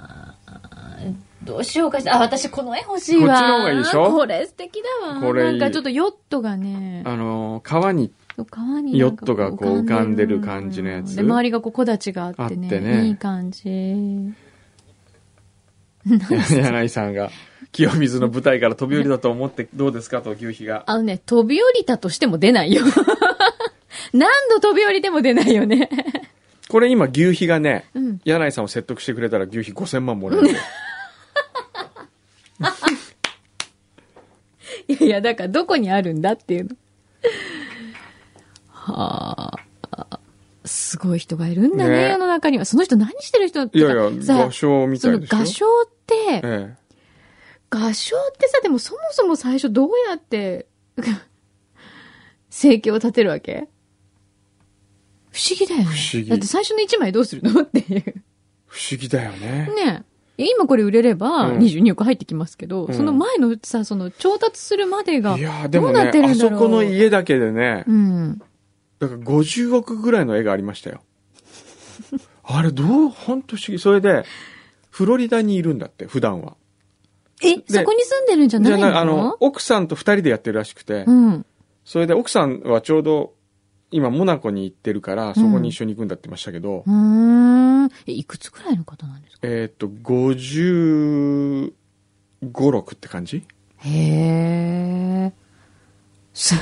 [SPEAKER 6] どうしようかしらあ私この絵欲しいわ
[SPEAKER 3] こっちの方がいいでしょ
[SPEAKER 4] これ素敵だわ。
[SPEAKER 3] これいい
[SPEAKER 4] なんかちょっとヨットがね、
[SPEAKER 3] あのー、川に、
[SPEAKER 4] 川になん
[SPEAKER 3] ヨッ
[SPEAKER 4] か
[SPEAKER 3] トがこう浮かんでる感じのやつ
[SPEAKER 4] で、周りがこう木立があって
[SPEAKER 3] あ
[SPEAKER 4] ね。
[SPEAKER 3] ってね
[SPEAKER 4] いい感じ。
[SPEAKER 3] 柳井さんが、清水の舞台から飛び降りだと思ってどうですかと、牛皮が。
[SPEAKER 4] あのね、飛び降りたとしても出ないよ。 何度飛び降りても出ないよね。
[SPEAKER 3] これ今、牛皮がね、
[SPEAKER 4] うん
[SPEAKER 3] 柳井さんを説得してくれたら牛皮5000万もらえる。
[SPEAKER 4] いやいや、だからどこにあるんだっていうの。はあ。すごい人がいるんだね、
[SPEAKER 3] ね
[SPEAKER 4] 世の中には。その人何してる人って
[SPEAKER 3] い
[SPEAKER 4] い
[SPEAKER 3] やいや、画商みた
[SPEAKER 4] そ
[SPEAKER 3] い
[SPEAKER 4] の
[SPEAKER 3] でしょ。
[SPEAKER 4] 画商って、
[SPEAKER 3] ええ。
[SPEAKER 4] 合唱ってさ、でもそもそも最初どうやって、 生計を立てるわけ不思議だよね。
[SPEAKER 3] 不思議
[SPEAKER 4] だって最初の1枚どうするのっていう。
[SPEAKER 3] 不思議だよね。
[SPEAKER 4] ねえ。今これ売れれば
[SPEAKER 3] うん
[SPEAKER 4] 22億入ってきますけど、
[SPEAKER 3] うん
[SPEAKER 4] その前のさ、その調達するまでが
[SPEAKER 3] いやーで
[SPEAKER 4] ど
[SPEAKER 3] も
[SPEAKER 4] う
[SPEAKER 3] ね、
[SPEAKER 4] なってる
[SPEAKER 3] あ
[SPEAKER 4] んだ
[SPEAKER 3] そ
[SPEAKER 4] ろう。
[SPEAKER 3] この家だけでね、
[SPEAKER 4] うん。
[SPEAKER 3] だから50億ぐらいの絵がありま したよ。あれ、どう、ほんと不思議。それで、フロリダにいるんだって、普段は。
[SPEAKER 4] え、そこに住んでるんじゃないの
[SPEAKER 3] あの、奥さんと二人でやってるらしくて、
[SPEAKER 4] うん。
[SPEAKER 3] それで奥さんはちょうど、今、モナコに行ってるから、そこに一緒に行くんだって言ってましたけど、
[SPEAKER 4] うーん。え、いくつくらいの方なんですか
[SPEAKER 3] えーっと、55、6って感じ
[SPEAKER 4] へえ。す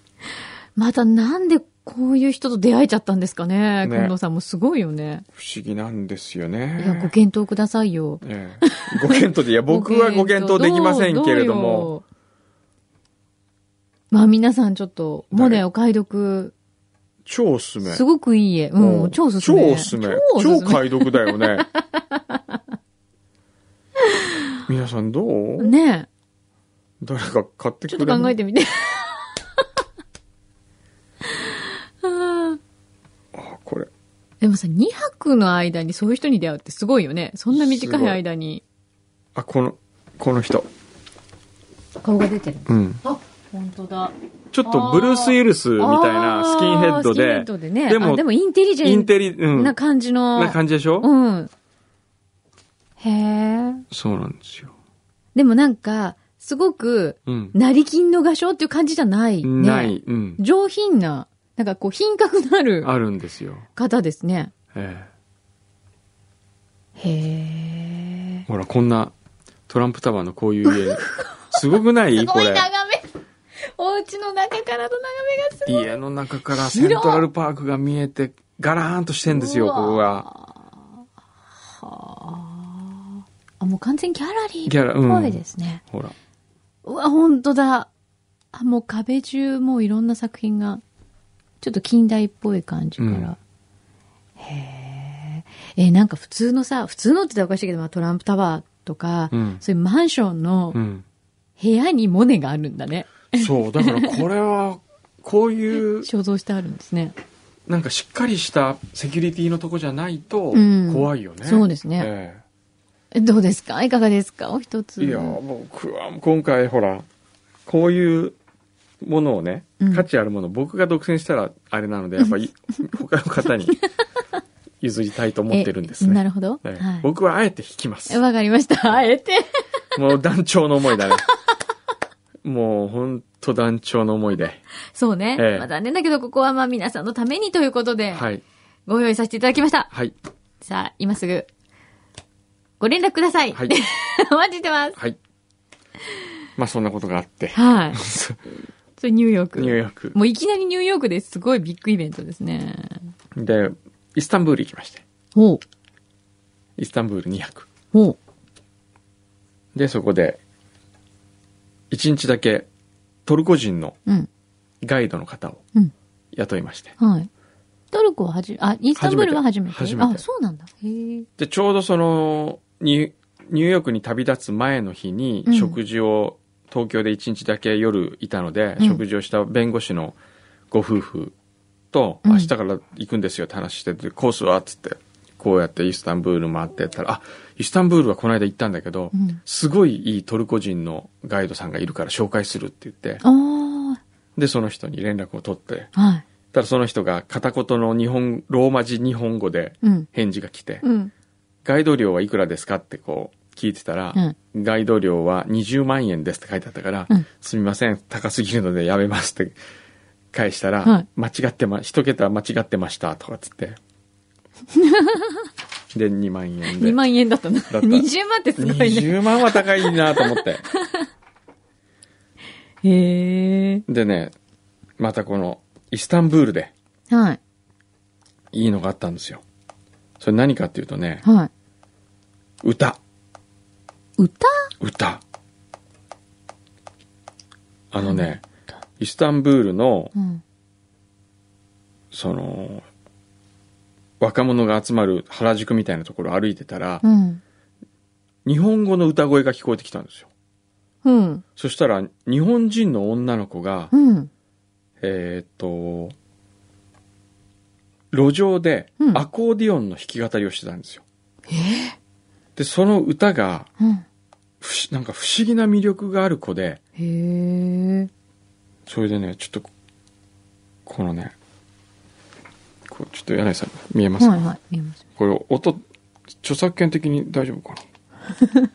[SPEAKER 4] またなんでこういう人と出会えちゃったんですかね。
[SPEAKER 3] ね
[SPEAKER 4] 近藤さんもすごいよね。
[SPEAKER 3] 不思議なんですよ
[SPEAKER 4] いや、ご
[SPEAKER 3] ね。
[SPEAKER 4] 検討くださいよ。
[SPEAKER 3] ええご検討 で、いや、僕はご検討できませんけれども、。
[SPEAKER 4] ううよまあ皆さんちょっと、
[SPEAKER 3] 誰
[SPEAKER 4] モネお買い得、
[SPEAKER 3] 超おすすめ。
[SPEAKER 4] すごくいい絵。う
[SPEAKER 3] うん
[SPEAKER 4] ん、超おすすめ。
[SPEAKER 3] 超おすすめ。
[SPEAKER 4] 超おす
[SPEAKER 3] 超
[SPEAKER 4] すめ
[SPEAKER 3] 解読だよ ね。皆さんどう
[SPEAKER 4] ねえ
[SPEAKER 3] 誰か買って
[SPEAKER 4] ち
[SPEAKER 3] く
[SPEAKER 4] ょ
[SPEAKER 3] れ
[SPEAKER 4] っと考え
[SPEAKER 3] て。
[SPEAKER 4] てみて。
[SPEAKER 3] あこれ。
[SPEAKER 4] でもさ、2泊の間にそういう人に出会うってすごいよね。そんな短い間に。
[SPEAKER 3] あ、この、この人。
[SPEAKER 6] 顔が出てる
[SPEAKER 3] うん。
[SPEAKER 6] あ本当だ
[SPEAKER 3] ちょっとブルース・ウィルスみたいなスキンヘッド
[SPEAKER 4] あースキンヘッ
[SPEAKER 3] で、
[SPEAKER 4] ドでね。
[SPEAKER 3] で
[SPEAKER 4] で
[SPEAKER 3] も
[SPEAKER 4] も、でもインテリジ
[SPEAKER 3] イ
[SPEAKER 4] ェン
[SPEAKER 3] ンテリ、うん。
[SPEAKER 4] な
[SPEAKER 3] な
[SPEAKER 4] 感じの。
[SPEAKER 3] 感じでしょ
[SPEAKER 4] うん。へえ。
[SPEAKER 3] そうなんですよ。
[SPEAKER 4] でもなんか、すごく、
[SPEAKER 3] うん。
[SPEAKER 4] 成金の画商っていう感じじゃない、ね。
[SPEAKER 3] ない。。うん。
[SPEAKER 4] 上品な、なんかこう、品格のある
[SPEAKER 3] あるんですよ。
[SPEAKER 4] 方ですね。
[SPEAKER 3] え
[SPEAKER 4] へえ
[SPEAKER 3] え。。ほら、こんなトランプタワーのこういう家。すごくない
[SPEAKER 4] す
[SPEAKER 3] こ
[SPEAKER 4] ごい
[SPEAKER 3] れ
[SPEAKER 4] 眺。め。お家の中からの眺めがすごい。
[SPEAKER 3] 家の中からセントラルパークが見えて、ガラーンとしてんですよ、ここが。
[SPEAKER 4] あ、もう完全にギャラリ
[SPEAKER 3] ギャラ、
[SPEAKER 4] ーっぽい
[SPEAKER 3] うん
[SPEAKER 4] で。すね。
[SPEAKER 3] ほら。
[SPEAKER 4] うわ、本当だ。あ、もう壁中、もういろんな作品が、ちょっと近代っぽい感じから。
[SPEAKER 3] うん
[SPEAKER 4] へえ。え、なんか普通のさ、普通のって言ったらおかしいけど、まあ、トランプタワーとか、
[SPEAKER 3] うん
[SPEAKER 4] そういうマンションの
[SPEAKER 3] うん。
[SPEAKER 4] 部屋にモネがあるんだね。
[SPEAKER 3] そう、だからこれは、こういう、
[SPEAKER 4] 肖像してあるんですね。
[SPEAKER 3] なんかしっかりしたセキュリティのとこじゃないと
[SPEAKER 4] うん、
[SPEAKER 3] 怖いよね。
[SPEAKER 4] そうですね
[SPEAKER 3] え
[SPEAKER 4] えどうですかいかがですかお一つ。
[SPEAKER 3] えいや、僕は今回ほら、こういうものをね
[SPEAKER 4] うん、
[SPEAKER 3] 価値あるもの、僕が独占したらあれなので、やっぱ り他の方に譲りたいと思ってるんです
[SPEAKER 4] えな
[SPEAKER 3] ね。
[SPEAKER 4] るほど。
[SPEAKER 3] ええ
[SPEAKER 4] は
[SPEAKER 3] 僕はあえて引きま
[SPEAKER 4] い。
[SPEAKER 3] す。
[SPEAKER 4] わかりました。あえて。
[SPEAKER 3] もう団長の思いだね。 もう本当団長の思いで。
[SPEAKER 4] そうね。
[SPEAKER 3] ええ
[SPEAKER 4] まあ残念だけど、ここはまあ皆さんのためにということで、
[SPEAKER 3] はい。
[SPEAKER 4] ご用意させていただきました。
[SPEAKER 3] はい。
[SPEAKER 4] さあ、今すぐ、ご連絡ください。
[SPEAKER 3] はい
[SPEAKER 4] お待ちしてます。
[SPEAKER 3] はい。まあそんなことがあって。
[SPEAKER 4] はい。 それニューヨーク。
[SPEAKER 3] ニューヨーク。
[SPEAKER 4] もういきなりニューヨークですごいビッグイベントですね。
[SPEAKER 3] で、イスタンブール行きまして。
[SPEAKER 4] ほう。
[SPEAKER 3] イスタンブール2泊。
[SPEAKER 4] ほう。
[SPEAKER 3] で、そこで、1日だけトルコ人の
[SPEAKER 4] うん。
[SPEAKER 3] ガイドの方を
[SPEAKER 4] うん
[SPEAKER 3] 雇いまして。
[SPEAKER 4] はい。トルコははじ、あ、イスタンブールは初めて。
[SPEAKER 3] 初めて
[SPEAKER 4] あ、そうなんだ。へえ。
[SPEAKER 3] で、ちょうどその、ニュニューヨークに旅立つ前の日に
[SPEAKER 4] うん
[SPEAKER 3] 食事を、東京で1日だけ夜いたので、
[SPEAKER 4] うん
[SPEAKER 3] 食事をした弁護士のご夫婦と、
[SPEAKER 4] うん
[SPEAKER 3] 明日から行くんですよって話してて、コースはっつって、こうやってイスタンブール回ってったら、あ、イスタンブールはこの間行ったんだけど、
[SPEAKER 4] うん
[SPEAKER 3] すごいいいトルコ人のガイドさんがいるから紹介するって言って、
[SPEAKER 4] あ
[SPEAKER 3] で、その人に連絡を取って、
[SPEAKER 4] あ。はい。
[SPEAKER 3] ただその人が片言の日本、ローマ字日本語で
[SPEAKER 4] うん。
[SPEAKER 3] 返事が来て、
[SPEAKER 4] うん。
[SPEAKER 3] ガイド料はいくらですかってこう聞いてたら、ガイド料は20万円ですって書いてあったから、
[SPEAKER 4] うん
[SPEAKER 3] すみません、高すぎるのでやめますって返したら、
[SPEAKER 4] はい
[SPEAKER 3] 間違ってま、一桁間違ってましたとかっつ って。で、2万円で。
[SPEAKER 4] 2万円だったな。
[SPEAKER 3] た
[SPEAKER 4] 20万ってすごいね。
[SPEAKER 3] 20万は高いなと思って。
[SPEAKER 4] へえ。
[SPEAKER 3] でね、またこのイスタンブールで
[SPEAKER 4] はい。
[SPEAKER 3] いいのがあったんですよ。それ何かっていうとね、
[SPEAKER 4] はい。
[SPEAKER 3] 歌。
[SPEAKER 4] 歌
[SPEAKER 3] 歌あのねイスタンブールの
[SPEAKER 4] うん。
[SPEAKER 3] その若者が集まる原宿みたいなところを歩いてたら
[SPEAKER 4] うん。
[SPEAKER 3] 日本語の歌声が聞こえてきたんですよ
[SPEAKER 4] うん。
[SPEAKER 3] そしたら日本人の女の子が
[SPEAKER 4] うん。
[SPEAKER 3] えーっと路上で
[SPEAKER 4] うん
[SPEAKER 3] アコーディオンの弾き語りをしてたんですよ、でその歌が
[SPEAKER 4] うん。
[SPEAKER 3] 不思なんか不思議な魅力がある子で、
[SPEAKER 4] へえ。
[SPEAKER 3] それでね、ちょっと、このね、こうちょっと柳井さん見えますか、
[SPEAKER 4] はいはい。見えます。
[SPEAKER 3] これ音、著作権的に大丈夫かな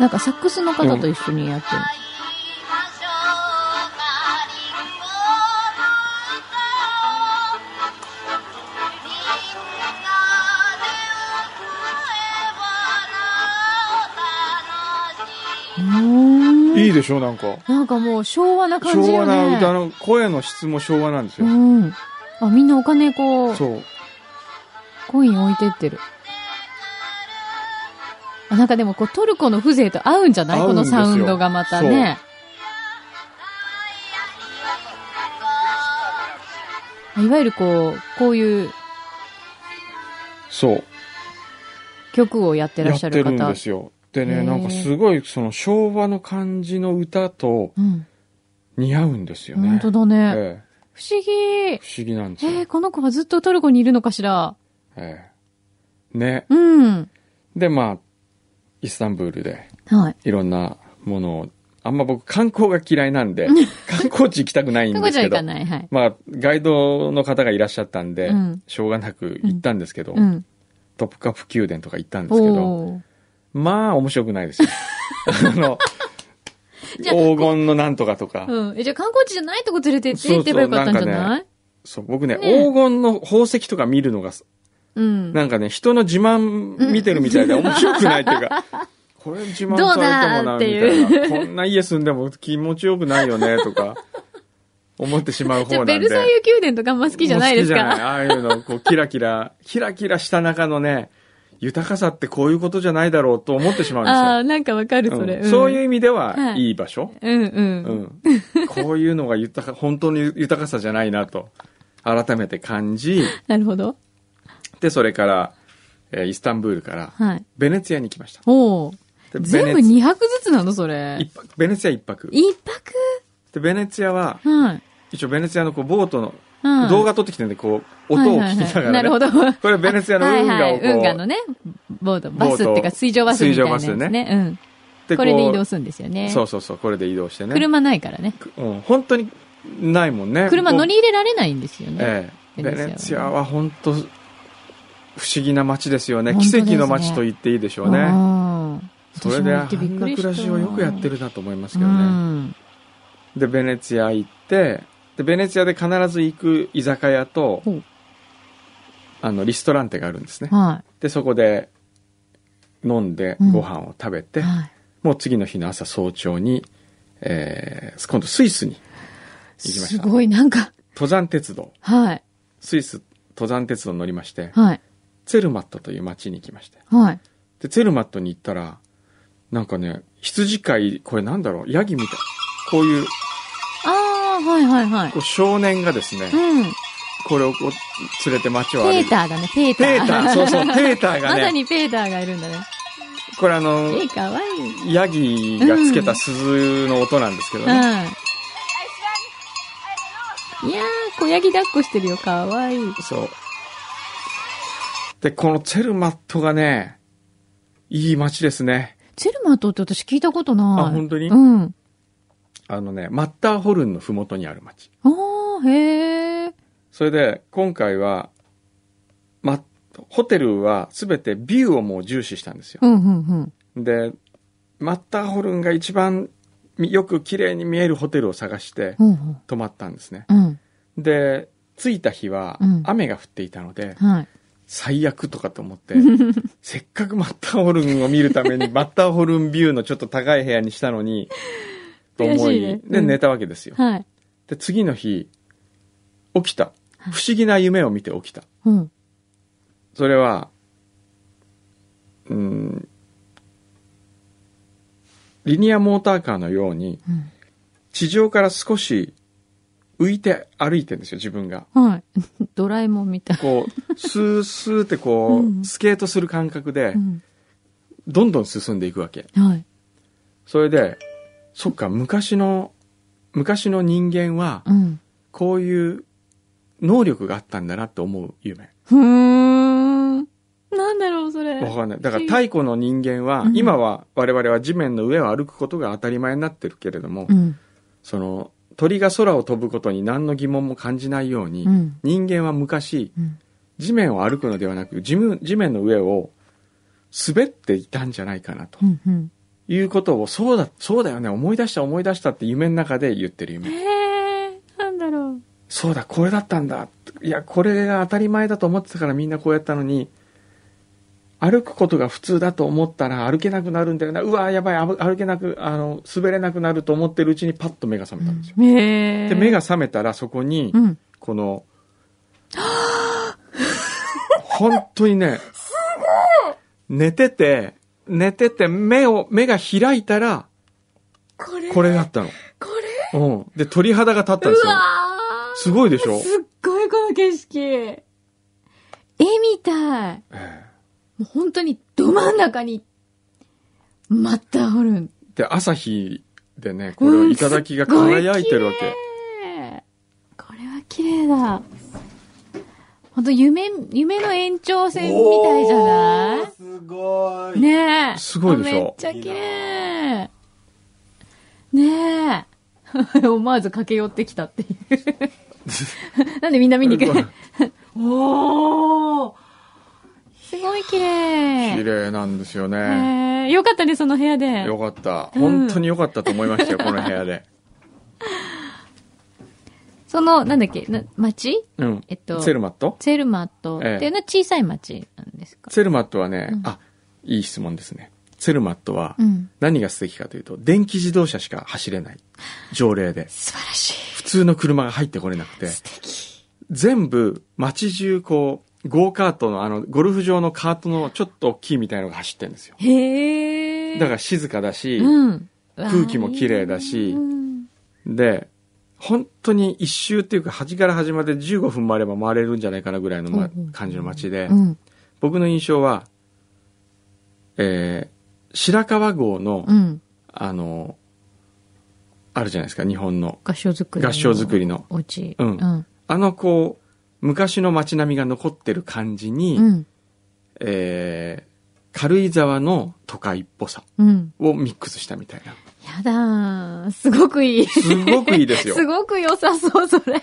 [SPEAKER 4] なんかサックスの方と一緒にやってる。うーん
[SPEAKER 3] いいでしょなんか。
[SPEAKER 4] なんかもう昭和な感じ
[SPEAKER 3] 昭
[SPEAKER 4] よ
[SPEAKER 3] 和
[SPEAKER 4] ね。
[SPEAKER 3] な歌の、声の質も昭和なんですよ。
[SPEAKER 4] うん。あ、みんなお金こう、
[SPEAKER 3] そう。
[SPEAKER 4] コイン置いてってる。あなんかでもこうトルコの風情と合うんじゃない
[SPEAKER 3] 合う
[SPEAKER 4] こ
[SPEAKER 3] んで
[SPEAKER 4] の
[SPEAKER 3] すよ
[SPEAKER 4] サウンドがまたね。いわゆるこう、こういう
[SPEAKER 3] そう。
[SPEAKER 4] 曲をやってら
[SPEAKER 3] や
[SPEAKER 4] っ
[SPEAKER 3] っ
[SPEAKER 4] しゃ
[SPEAKER 3] て
[SPEAKER 4] る
[SPEAKER 3] るん
[SPEAKER 4] 方
[SPEAKER 3] で。すよ。で
[SPEAKER 4] へー
[SPEAKER 3] ね、なんかすごいその昭和の感じの歌と
[SPEAKER 4] うん。
[SPEAKER 3] 似合うんですよね。
[SPEAKER 4] 本当だね。
[SPEAKER 3] ええ
[SPEAKER 4] 不思議。
[SPEAKER 3] 不思議なんですよ。
[SPEAKER 4] えー、この子はずっとトルコにいるのかしら。
[SPEAKER 3] ええね。
[SPEAKER 4] うん。
[SPEAKER 3] で、まあ、イスタンブールで
[SPEAKER 4] はい。
[SPEAKER 3] いろんなものを、あんま僕観光が嫌いなんで、観光地行きたくないん
[SPEAKER 4] ト
[SPEAKER 3] で
[SPEAKER 4] コ
[SPEAKER 3] す
[SPEAKER 4] ちゃん
[SPEAKER 3] け
[SPEAKER 4] 行
[SPEAKER 3] ど
[SPEAKER 4] か、ない。はい。
[SPEAKER 3] まあ、ガイドの方がいらっしゃったんで、
[SPEAKER 4] うん
[SPEAKER 3] しょうがなく行ったんですけど、
[SPEAKER 4] うん。
[SPEAKER 3] トップカップ宮殿とか行ったんですけど、
[SPEAKER 4] おー。
[SPEAKER 3] まあ、面白くない ですよ。あの、
[SPEAKER 4] じゃあ
[SPEAKER 3] 黄金のなんとかとか、
[SPEAKER 4] うん。え、じゃあ観光地じゃないとこ連れてって
[SPEAKER 3] そうそう
[SPEAKER 4] 行けばよかったんじゃない
[SPEAKER 3] なんそう、僕ね、
[SPEAKER 4] ねえ
[SPEAKER 3] 黄金の宝石とか見るのが、
[SPEAKER 4] うん。
[SPEAKER 3] なんかね、人の自慢見てるみたいで面白くないという か、これ自慢
[SPEAKER 4] どう
[SPEAKER 3] されても
[SPEAKER 4] だー
[SPEAKER 3] な、
[SPEAKER 4] っ
[SPEAKER 3] みた
[SPEAKER 4] てい
[SPEAKER 3] いな。こんな家住んでも気持ちよくないよね、とか、思ってしまう
[SPEAKER 4] じゃ
[SPEAKER 3] 方な
[SPEAKER 4] あ
[SPEAKER 3] んで。
[SPEAKER 4] ベルサイユ宮殿とかあんま好きじゃないです
[SPEAKER 3] もう好きじゃない
[SPEAKER 4] か。
[SPEAKER 3] ああいうの、こう、キラキラ、キラキラした中のね、豊かさってこういうことじゃないだろうと思ってしま
[SPEAKER 4] あ あ
[SPEAKER 3] うん
[SPEAKER 4] ー、なんかわかる、
[SPEAKER 3] ですよ。
[SPEAKER 4] それ。
[SPEAKER 3] うんそういう
[SPEAKER 4] う。
[SPEAKER 3] 意味では
[SPEAKER 4] は、い
[SPEAKER 3] いい場所、
[SPEAKER 4] うんうん。
[SPEAKER 3] うん。こういうのが豊か、本当に豊かさじゃないなと、改めて感じ、
[SPEAKER 4] なるほど。
[SPEAKER 3] で、それから、えーイスタンブールから、
[SPEAKER 4] はい。
[SPEAKER 3] ベネツィアに来ました。
[SPEAKER 4] おー
[SPEAKER 3] で
[SPEAKER 4] 全部
[SPEAKER 3] ベネツ
[SPEAKER 4] 2泊ずつなのそれ。
[SPEAKER 3] 一泊ベネツィア一泊。
[SPEAKER 4] 一
[SPEAKER 3] で、ベネツィアは、
[SPEAKER 4] 泊はい。
[SPEAKER 3] 一応ベネツィアのこう、ボートの、
[SPEAKER 4] うん
[SPEAKER 3] 動画撮ってきてるんで、こう、音を聞きながら、ね
[SPEAKER 4] はいはいはいなるほど。こ
[SPEAKER 3] これベネツィアの運河をこう、
[SPEAKER 4] 運河のね、ボード、バスっていう
[SPEAKER 3] ボー
[SPEAKER 4] か
[SPEAKER 3] ト
[SPEAKER 4] 水上バスみたいなやつ
[SPEAKER 3] 水上バス
[SPEAKER 4] ね。うん。
[SPEAKER 3] で
[SPEAKER 4] これで移動するんですよね。
[SPEAKER 3] そうそうそう、これで移動してね。
[SPEAKER 4] 車ないからね。
[SPEAKER 3] うん、本当にないもんね。
[SPEAKER 4] 車乗り
[SPEAKER 3] こ
[SPEAKER 4] 入れられないんですよ
[SPEAKER 3] う
[SPEAKER 4] ね。
[SPEAKER 3] ええ。
[SPEAKER 4] ベ
[SPEAKER 3] ベ
[SPEAKER 4] ネツィ
[SPEAKER 3] ネツィア
[SPEAKER 4] アはね
[SPEAKER 3] は本当、不思議な街ですよね。
[SPEAKER 4] 本当
[SPEAKER 3] 奇
[SPEAKER 4] ですね
[SPEAKER 3] 跡の街と言っていいでしょう
[SPEAKER 4] う
[SPEAKER 3] ね。
[SPEAKER 4] ん
[SPEAKER 3] それで、あ
[SPEAKER 4] 私も行ってびっ
[SPEAKER 3] ん
[SPEAKER 4] く
[SPEAKER 3] な
[SPEAKER 4] りし
[SPEAKER 3] 暮
[SPEAKER 4] た
[SPEAKER 3] らしをよくやってるなと思います
[SPEAKER 4] う
[SPEAKER 3] けどね。
[SPEAKER 4] ん。
[SPEAKER 3] で、ベネツィア行って、で、ベネツィアで必ず行く居酒屋と
[SPEAKER 4] ほう、
[SPEAKER 3] あの、リストランテがあるんですね。
[SPEAKER 4] は
[SPEAKER 3] で、そこで飲んで
[SPEAKER 4] うん
[SPEAKER 3] ご飯を食べて、
[SPEAKER 4] い。はい。
[SPEAKER 3] もう次の日の朝早朝に、えー今度スイスに行きまし
[SPEAKER 4] す
[SPEAKER 3] た。
[SPEAKER 4] ごい、なんか、
[SPEAKER 3] 登山鉄道、
[SPEAKER 4] はい。
[SPEAKER 3] スイス登山鉄道に乗りまして、
[SPEAKER 4] はい。
[SPEAKER 3] ツェルマットという町に行きまして。
[SPEAKER 4] はい。
[SPEAKER 3] で、ツェルマットに行ったら、なんかね、羊飼い、これなんだろう、ヤギみたい。こういう、
[SPEAKER 4] ああ、はいはいはい
[SPEAKER 3] こう。少年がですね、
[SPEAKER 4] うん。
[SPEAKER 3] これをこう連れて街を歩
[SPEAKER 4] ペ
[SPEAKER 3] い
[SPEAKER 4] ー
[SPEAKER 3] て。
[SPEAKER 4] ターだね、ペーター。
[SPEAKER 3] ペー ター、そうそう、ペーターが
[SPEAKER 4] まさ
[SPEAKER 3] ね、
[SPEAKER 4] にペーターがいるんだね。
[SPEAKER 3] これあの、
[SPEAKER 4] え、かわいい。うん。
[SPEAKER 3] ヤギがつけた鈴の音なんですけど
[SPEAKER 4] い
[SPEAKER 3] ね。
[SPEAKER 4] やー、小ヤギ抱っこしてるよ、かわいい。
[SPEAKER 3] そう。で、このツェルマットがね、いい街ですね。
[SPEAKER 4] チェルマットって私聞いたことない。
[SPEAKER 3] あ本当に
[SPEAKER 4] うん。
[SPEAKER 3] あのね、マッターホルンのふもとにある街。
[SPEAKER 4] ああ、へえ。
[SPEAKER 3] それで、今回は、ま、ホテルはすべてビューをもう重視したんですよ。
[SPEAKER 4] うん、うん、うん。
[SPEAKER 3] で、マッターホルンが一番みよく綺麗に見えるホテルを探して
[SPEAKER 4] うん、うん
[SPEAKER 3] 泊まったんですね。
[SPEAKER 4] うん。
[SPEAKER 3] で、着いた日は
[SPEAKER 4] うん
[SPEAKER 3] 雨が降っていたので、
[SPEAKER 4] はい。
[SPEAKER 3] 最悪とかと思 って、せっかくマッターホルンを見るために、マッターホルンビューのちょっと高い部屋にしたのに、と思
[SPEAKER 4] 悔
[SPEAKER 3] い、
[SPEAKER 4] しいね
[SPEAKER 3] で、
[SPEAKER 4] うん
[SPEAKER 3] 寝たわけですよ。
[SPEAKER 4] はい。
[SPEAKER 3] で、次の日、起きた。不思議な夢を見て起きた。
[SPEAKER 4] うん。
[SPEAKER 3] それは、うん、リニアモーターカーのように、地上から少し浮いて歩いてるんですよ、自分が。
[SPEAKER 4] うん。はい。 ドラえもんみたい。
[SPEAKER 3] こう、スースーってこ
[SPEAKER 4] うん
[SPEAKER 3] う、スケートする感覚で
[SPEAKER 4] う、ん。
[SPEAKER 3] どんどん進んでいくわけ。
[SPEAKER 4] はい。
[SPEAKER 3] それで、そっか、昔の、昔の人間は、
[SPEAKER 4] うん。
[SPEAKER 3] こういう能力があったんだなって思う夢。
[SPEAKER 4] ふーん。なんだろう、それ。
[SPEAKER 3] わかんない。だから太古の人間は、
[SPEAKER 4] うん
[SPEAKER 3] 今は我々は地面の上を歩くことが当たり前になってるけれども、
[SPEAKER 4] うん。
[SPEAKER 3] その、鳥が空を飛ぶことに何の疑問も感じないように、
[SPEAKER 4] うん。
[SPEAKER 3] 人間は昔、
[SPEAKER 4] うん
[SPEAKER 3] 地面を歩くのではなく、地面地面の上を滑っていたんじゃないかなと
[SPEAKER 4] う。ん。うん。
[SPEAKER 3] いうことを、そうだ、そうだよね、思い出した思い出したって夢の中で言ってる夢。
[SPEAKER 4] へえ、なんだろう。
[SPEAKER 3] そうだ、これだったんだ。いや、これが当たり前だと思ってたからみんなこうやったのに、歩くことが普通だと思ったら歩けなくなるんだよな。うわ、やばい、あぶ歩けなく、あの、滑れなくなると思ってるうちにパッと目が覚めたんですよ。
[SPEAKER 4] へえ。
[SPEAKER 3] で、目が覚めたらそこに
[SPEAKER 4] う、ん。
[SPEAKER 3] この、本当にね、寝てて、寝てて目を、目が開いたら、
[SPEAKER 4] これ
[SPEAKER 3] これだったの。
[SPEAKER 4] こ
[SPEAKER 3] うん。で、鳥肌が立ったん
[SPEAKER 4] れ
[SPEAKER 3] です
[SPEAKER 4] う
[SPEAKER 3] よ。
[SPEAKER 4] わ
[SPEAKER 3] すごいでしょ
[SPEAKER 4] ーすっごいこの景色絵みたい
[SPEAKER 3] え
[SPEAKER 4] もう本当にど真ん中に、マッターホルン。
[SPEAKER 3] えで、朝日でね、これを頂きが輝いてるわけ。
[SPEAKER 4] えーこれは綺麗だ。本当夢、夢の延長線みたいじゃない
[SPEAKER 5] すごい。
[SPEAKER 4] ねえ。
[SPEAKER 3] すごいでしょ
[SPEAKER 4] めっちゃ綺麗。ねえ。 思わず駆け寄ってきたっていう。 なんでみんな見に行く おーすごい綺
[SPEAKER 3] 綺
[SPEAKER 4] 麗。
[SPEAKER 3] 麗なんですよね。
[SPEAKER 4] えー、よかったね、その部屋で。
[SPEAKER 3] よかった。
[SPEAKER 4] うん
[SPEAKER 3] 本当によかったと思いましたよ、この部屋で。
[SPEAKER 4] その、なんだっけ、な町
[SPEAKER 3] うん。
[SPEAKER 4] えっと
[SPEAKER 3] ツェルマット
[SPEAKER 4] ツェルマットって
[SPEAKER 3] ええ
[SPEAKER 4] いうのは小さい町なんですか、
[SPEAKER 3] ツェルマットはね、
[SPEAKER 4] うん
[SPEAKER 3] あ、いい質問ですね。ツェルマットは、
[SPEAKER 4] うん。
[SPEAKER 3] 何が素敵かというと、電気自動車しか走れない。条例で。
[SPEAKER 4] 素晴らしい。
[SPEAKER 3] 普通の車が入ってこれなくて。全部、街中、こう、ゴーカートの、あの、ゴルフ場のカートのちょっと大きいみたいなのが走ってるんですよ。
[SPEAKER 4] へえ。
[SPEAKER 3] だから静かだし、
[SPEAKER 4] うん。空
[SPEAKER 3] 空気も綺麗だし
[SPEAKER 4] うん、
[SPEAKER 3] で、本当に一周っていうか、端から端まで15分もあれば回れるんじゃないかなぐらいの、ま
[SPEAKER 4] うんうん
[SPEAKER 3] 感じの街で、
[SPEAKER 4] うん。
[SPEAKER 3] 僕の印象は、えー白川郷の、
[SPEAKER 4] うん。
[SPEAKER 3] あの、あるじゃないですか、日本の。
[SPEAKER 4] 合唱作り。
[SPEAKER 3] 合掌造りの。
[SPEAKER 4] お家。
[SPEAKER 3] うん
[SPEAKER 4] うん。
[SPEAKER 3] あの、こう、昔の街並みが残ってる感じに、
[SPEAKER 4] うん。
[SPEAKER 3] えー軽井沢の都会っぽさ
[SPEAKER 4] うん。
[SPEAKER 3] をミックスしたみたいな。
[SPEAKER 4] やだー。すごくいい。 す。
[SPEAKER 3] すごくいいですよ
[SPEAKER 4] ごく良さそう、それ。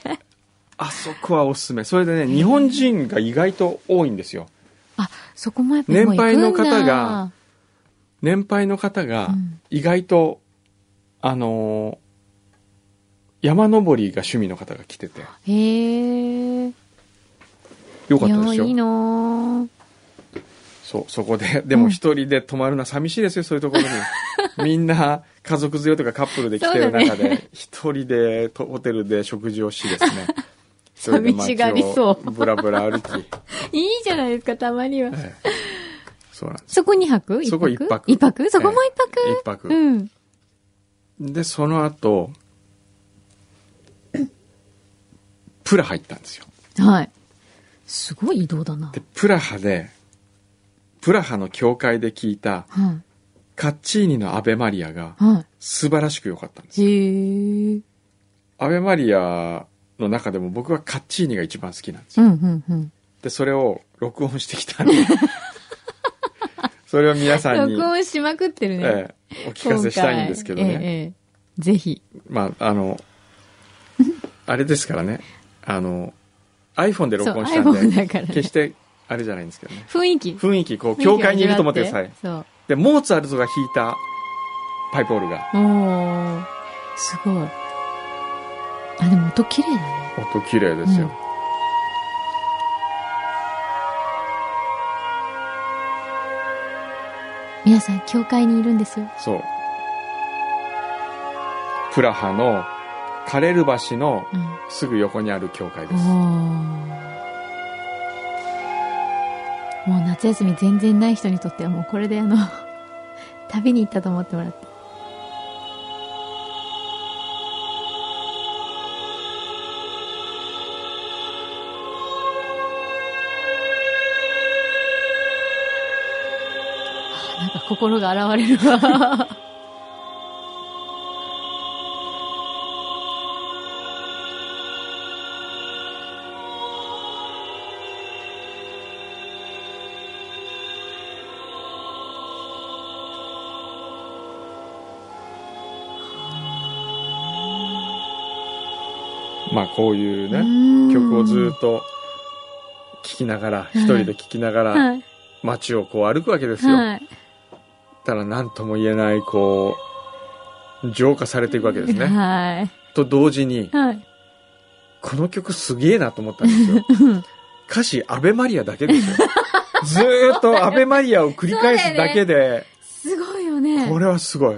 [SPEAKER 3] あそこはおすすめ。それでね、日本人が意外と多いんですよ。
[SPEAKER 4] あ、そこもやっぱ
[SPEAKER 3] 年
[SPEAKER 4] もう行く
[SPEAKER 3] 配
[SPEAKER 4] んだ
[SPEAKER 3] の方が、年配の方が
[SPEAKER 4] うん
[SPEAKER 3] 意外と、あのー山登りが趣味の方が来てて、
[SPEAKER 4] へー。
[SPEAKER 3] よかったです
[SPEAKER 4] い
[SPEAKER 3] よ。
[SPEAKER 4] やいいの
[SPEAKER 3] そう、そこで、 でも一人で泊まるのは寂しいですよ、そういうところ に。みんな家族連れとかカップルで来てる中
[SPEAKER 4] そうだね
[SPEAKER 3] で、一人でとホテルで食事をしですね、人で
[SPEAKER 4] 寂しがりそう
[SPEAKER 3] 街をぶらぶら歩 き。
[SPEAKER 4] いいじゃないですか、たまには。
[SPEAKER 3] ええそうなんです。
[SPEAKER 4] そこ2泊
[SPEAKER 3] そこ一泊
[SPEAKER 4] 一泊そこも一泊、
[SPEAKER 3] ええ一泊
[SPEAKER 4] うん。
[SPEAKER 3] で、その後、 プラハ行ったんですよ。
[SPEAKER 4] はい。すごい移動だな。
[SPEAKER 3] で、プラハで、プラハの教会で聞いた
[SPEAKER 4] は
[SPEAKER 3] カッチーニのアベマリアが
[SPEAKER 4] い。は
[SPEAKER 3] 素晴らしく良かったんです
[SPEAKER 4] い。。へえ。
[SPEAKER 3] アベマリアの中でも僕はカッチーニが一番好きなんです
[SPEAKER 4] う
[SPEAKER 3] よ。
[SPEAKER 4] んうんうん。
[SPEAKER 3] で、それを録音してきたんで、それを皆さんに、
[SPEAKER 4] 録音しまくってるね。
[SPEAKER 3] ええお聞かせしたいんですけどね。
[SPEAKER 4] 今回ええええぜひ。
[SPEAKER 3] まあ、あ の、あれですからね、あの、iPhone で録音したん
[SPEAKER 4] そう iPhone
[SPEAKER 3] で、
[SPEAKER 4] だからね
[SPEAKER 3] 決してあれじゃないんですけどね。
[SPEAKER 4] 雰囲気。
[SPEAKER 3] 雰囲気、こう、教会にいると思ってください。
[SPEAKER 4] そう。
[SPEAKER 3] で、モーツァルトが弾いたパイプオルが、
[SPEAKER 4] おー。すごい。あ、でも音綺麗だね。
[SPEAKER 3] 音綺麗ですよ。
[SPEAKER 4] 皆さん、教会にいるんですよ。
[SPEAKER 3] そう。プラハのカレル橋の
[SPEAKER 4] うん。
[SPEAKER 3] すぐ横にある教会です。
[SPEAKER 4] もう夏休み全然ない人にとってはもうこれであの 旅に行ったと思ってもらってあなんか心が洗われる わ
[SPEAKER 3] まあ、こういうね、
[SPEAKER 4] ん
[SPEAKER 3] 曲をずっと聴きながら、一人で聴きながら、
[SPEAKER 4] はい
[SPEAKER 3] 街をこう歩くわけですよ。
[SPEAKER 4] はい
[SPEAKER 3] たら何とも言えないこう浄化されていくわけですね。
[SPEAKER 4] はい
[SPEAKER 3] と同時に
[SPEAKER 4] はい
[SPEAKER 3] この曲すげえなと思ったんですよ。歌詞「アベマリア」だけですよ。ずーっと「アベマリア」を繰り返すだけで、
[SPEAKER 4] すごいよね
[SPEAKER 3] これはすごい。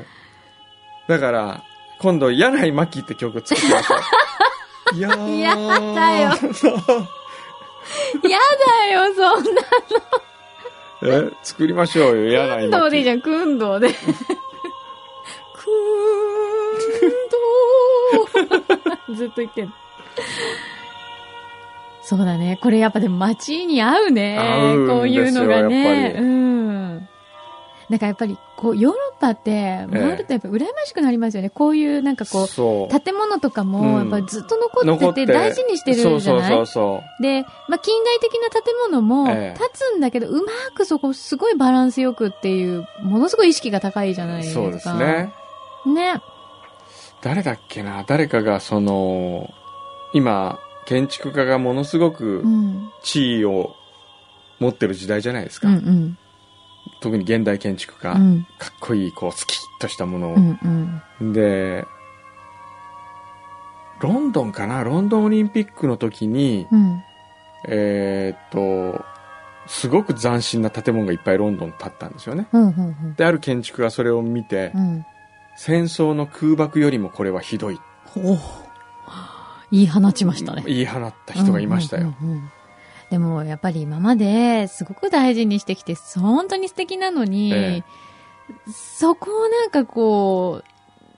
[SPEAKER 3] だから今度「柳井真紀」って曲作ってください。 いやー
[SPEAKER 4] やだよ。やだよそんな
[SPEAKER 3] え作りましょうよ柳井
[SPEAKER 4] どうでいい
[SPEAKER 3] 真
[SPEAKER 4] じ
[SPEAKER 3] 紀。
[SPEAKER 4] ゃん、くんどうで。くんどう。 ずっと言ってんの。そうだね。これやっぱでも街に合うね。
[SPEAKER 3] 合うんですよ
[SPEAKER 4] こういうのが
[SPEAKER 3] や
[SPEAKER 4] ね
[SPEAKER 3] っ。ぱり
[SPEAKER 4] うん。なんかやっぱり、こう、ヨーロッパって、回るとやっぱ羨ましくなりますよね。こういう、なんかこ
[SPEAKER 3] そう
[SPEAKER 4] う、建物とかも、
[SPEAKER 3] う
[SPEAKER 4] や
[SPEAKER 3] ん
[SPEAKER 4] っぱりずっと残ってて大事にしてるじゃない
[SPEAKER 3] そうそうそう
[SPEAKER 4] で、まあ、近代的な建物も
[SPEAKER 3] ええ
[SPEAKER 4] 建つんだけど、うまくそこすごいバランスよくっていう、ものすごい意識が高いじゃない
[SPEAKER 3] そう。
[SPEAKER 4] ですか。
[SPEAKER 3] そうですね。
[SPEAKER 4] ね。
[SPEAKER 3] 誰だっけな誰かがその今建築家がものすごく
[SPEAKER 4] うん。
[SPEAKER 3] 地位を持ってる時代じゃないです
[SPEAKER 4] う
[SPEAKER 3] か、
[SPEAKER 4] んうん。
[SPEAKER 3] 特に現代建築家、
[SPEAKER 4] うん
[SPEAKER 3] かっこいいこうスキッとしたものを
[SPEAKER 4] う、んうん。
[SPEAKER 3] でロンドンかなロンドンオリンピックの時に、
[SPEAKER 4] うん。
[SPEAKER 3] えーっとすごく斬新な建物がいっぱいロンドン建ったんですよね
[SPEAKER 4] うんうんうん。
[SPEAKER 3] である建築家がそれを見て、
[SPEAKER 4] うん。
[SPEAKER 3] 戦争の空爆よりもこれはひどい
[SPEAKER 4] ほう。言い放ちましたね。
[SPEAKER 3] 言い放った人がいましたよ、
[SPEAKER 4] うんうんうんうんでも、やっぱり今まですごく大事にしてきて、本当に素敵なのに、
[SPEAKER 3] え
[SPEAKER 4] そこをなんかこ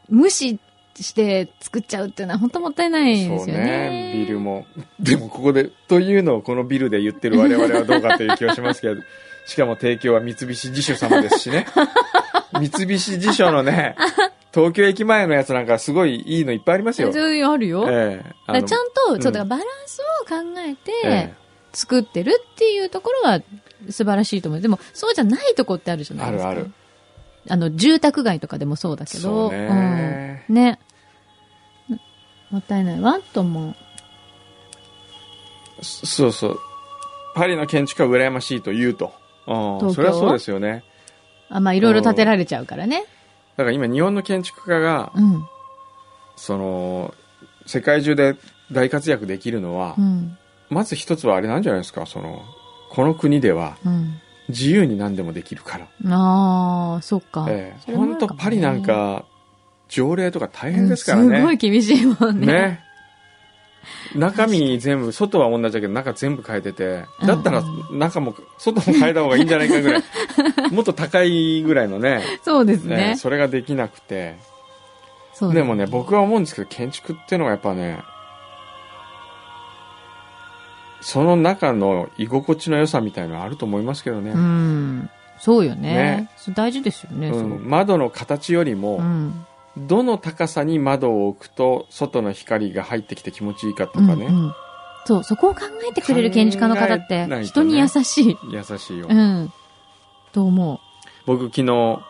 [SPEAKER 4] う、無視して作っちゃうっていうのは本当もったいないで
[SPEAKER 3] そう
[SPEAKER 4] すよ
[SPEAKER 3] ね
[SPEAKER 4] ね。
[SPEAKER 3] ビルも でもここでというのをこのビルで言ってる我々はどうかという気はします けどしかも提供は三菱地所様ですしね三菱地所のね東京駅前のやつなんかすごいいいのいっぱいありますよ、え
[SPEAKER 4] そういうのあるよ。
[SPEAKER 3] え
[SPEAKER 4] だからちゃんと、
[SPEAKER 3] ん
[SPEAKER 4] そうだからバランスを考え
[SPEAKER 3] え
[SPEAKER 4] て作ってるっていうところは素晴らしいと思う。でも、そうじゃないとこってあるじゃ
[SPEAKER 3] え
[SPEAKER 4] な
[SPEAKER 3] あ
[SPEAKER 4] いです
[SPEAKER 3] る
[SPEAKER 4] か。
[SPEAKER 3] ある。
[SPEAKER 4] あの、住宅街とかでもそうだけ
[SPEAKER 3] そ
[SPEAKER 4] ど、
[SPEAKER 3] うね、
[SPEAKER 4] うん、ね。もったいないわ、と思う。
[SPEAKER 3] そそうそうパリの建築は羨ましいと言うと、う
[SPEAKER 4] 東京
[SPEAKER 3] ん、それはそうですよね
[SPEAKER 4] あ、まあ、いろいろ建てられちゃうからね。
[SPEAKER 3] だから今日本の建築家が
[SPEAKER 4] うん。
[SPEAKER 3] その世界中で大活躍できるのは、
[SPEAKER 4] うん。
[SPEAKER 3] まず一つはあれなんじゃないですかそのこの国では
[SPEAKER 4] うん。
[SPEAKER 3] 自由に何でもできるから、
[SPEAKER 4] ああ、そっか。
[SPEAKER 3] ええ
[SPEAKER 4] それもあ
[SPEAKER 3] 本
[SPEAKER 4] るか
[SPEAKER 3] 当
[SPEAKER 4] もね
[SPEAKER 3] パリなんか条例とか大変ですからね、
[SPEAKER 4] うんすごい厳しいもん
[SPEAKER 3] ね
[SPEAKER 4] ね。
[SPEAKER 3] 中身全部外は同じだけど中全部変えててだったら中も外も変えた方がいいんじゃないか ぐらいもっと高いぐらいのね
[SPEAKER 4] そうです
[SPEAKER 3] ね
[SPEAKER 4] ね。
[SPEAKER 3] それができなくて
[SPEAKER 4] そう
[SPEAKER 3] でもね僕は思うんですけど建築っていうのはやっぱねその中の居心地の良さみたいのはあると思いますけどね、
[SPEAKER 4] うん。そうよね
[SPEAKER 3] ね。
[SPEAKER 4] それ大事ですよね、
[SPEAKER 3] う
[SPEAKER 4] す
[SPEAKER 3] ん
[SPEAKER 4] ごく。
[SPEAKER 3] 窓の形よりも、
[SPEAKER 4] うん。
[SPEAKER 3] どの高さに窓を置くと外の光が入ってきて気持ちいいかとかね、
[SPEAKER 4] うんうんそう、そこを考えてくれる建築家の方っ
[SPEAKER 3] 考えないと
[SPEAKER 4] て、
[SPEAKER 3] ね
[SPEAKER 4] 人に優しい。
[SPEAKER 3] 優しいよ、
[SPEAKER 4] うん。と思
[SPEAKER 3] 僕昨日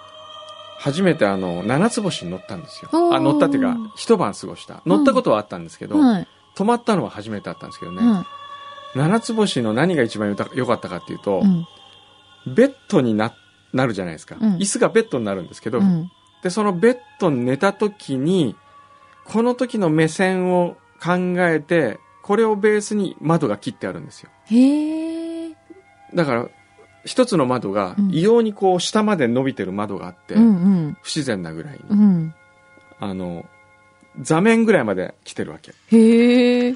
[SPEAKER 3] 初めてあの七つ星に乗ったんですよ
[SPEAKER 4] おー
[SPEAKER 3] あ乗ったっていうか一晩過ごした乗ったことはあったんですけ
[SPEAKER 4] う。
[SPEAKER 3] ど、
[SPEAKER 4] はい。
[SPEAKER 3] 泊まったのは初めてだったんですけどね、
[SPEAKER 4] はい
[SPEAKER 3] 七つ星の何が一番よた良かったかっていうと
[SPEAKER 4] う、ん。
[SPEAKER 3] ベッドにななるじゃないですか、
[SPEAKER 4] うん
[SPEAKER 3] 椅子がベッドになるんですけど、
[SPEAKER 4] うん。
[SPEAKER 3] でそのベッドに寝た時にこの時の目線を考えてこれをベースに窓が切ってあるんですよ
[SPEAKER 4] へえ。
[SPEAKER 3] だから一つの窓が
[SPEAKER 4] うん
[SPEAKER 3] 異様にこう下まで伸びてる窓があって、
[SPEAKER 4] うん
[SPEAKER 3] 不自然なぐらいに、
[SPEAKER 4] うん。うん。
[SPEAKER 3] あの座面ぐらいまで来てるわけ
[SPEAKER 4] へえ。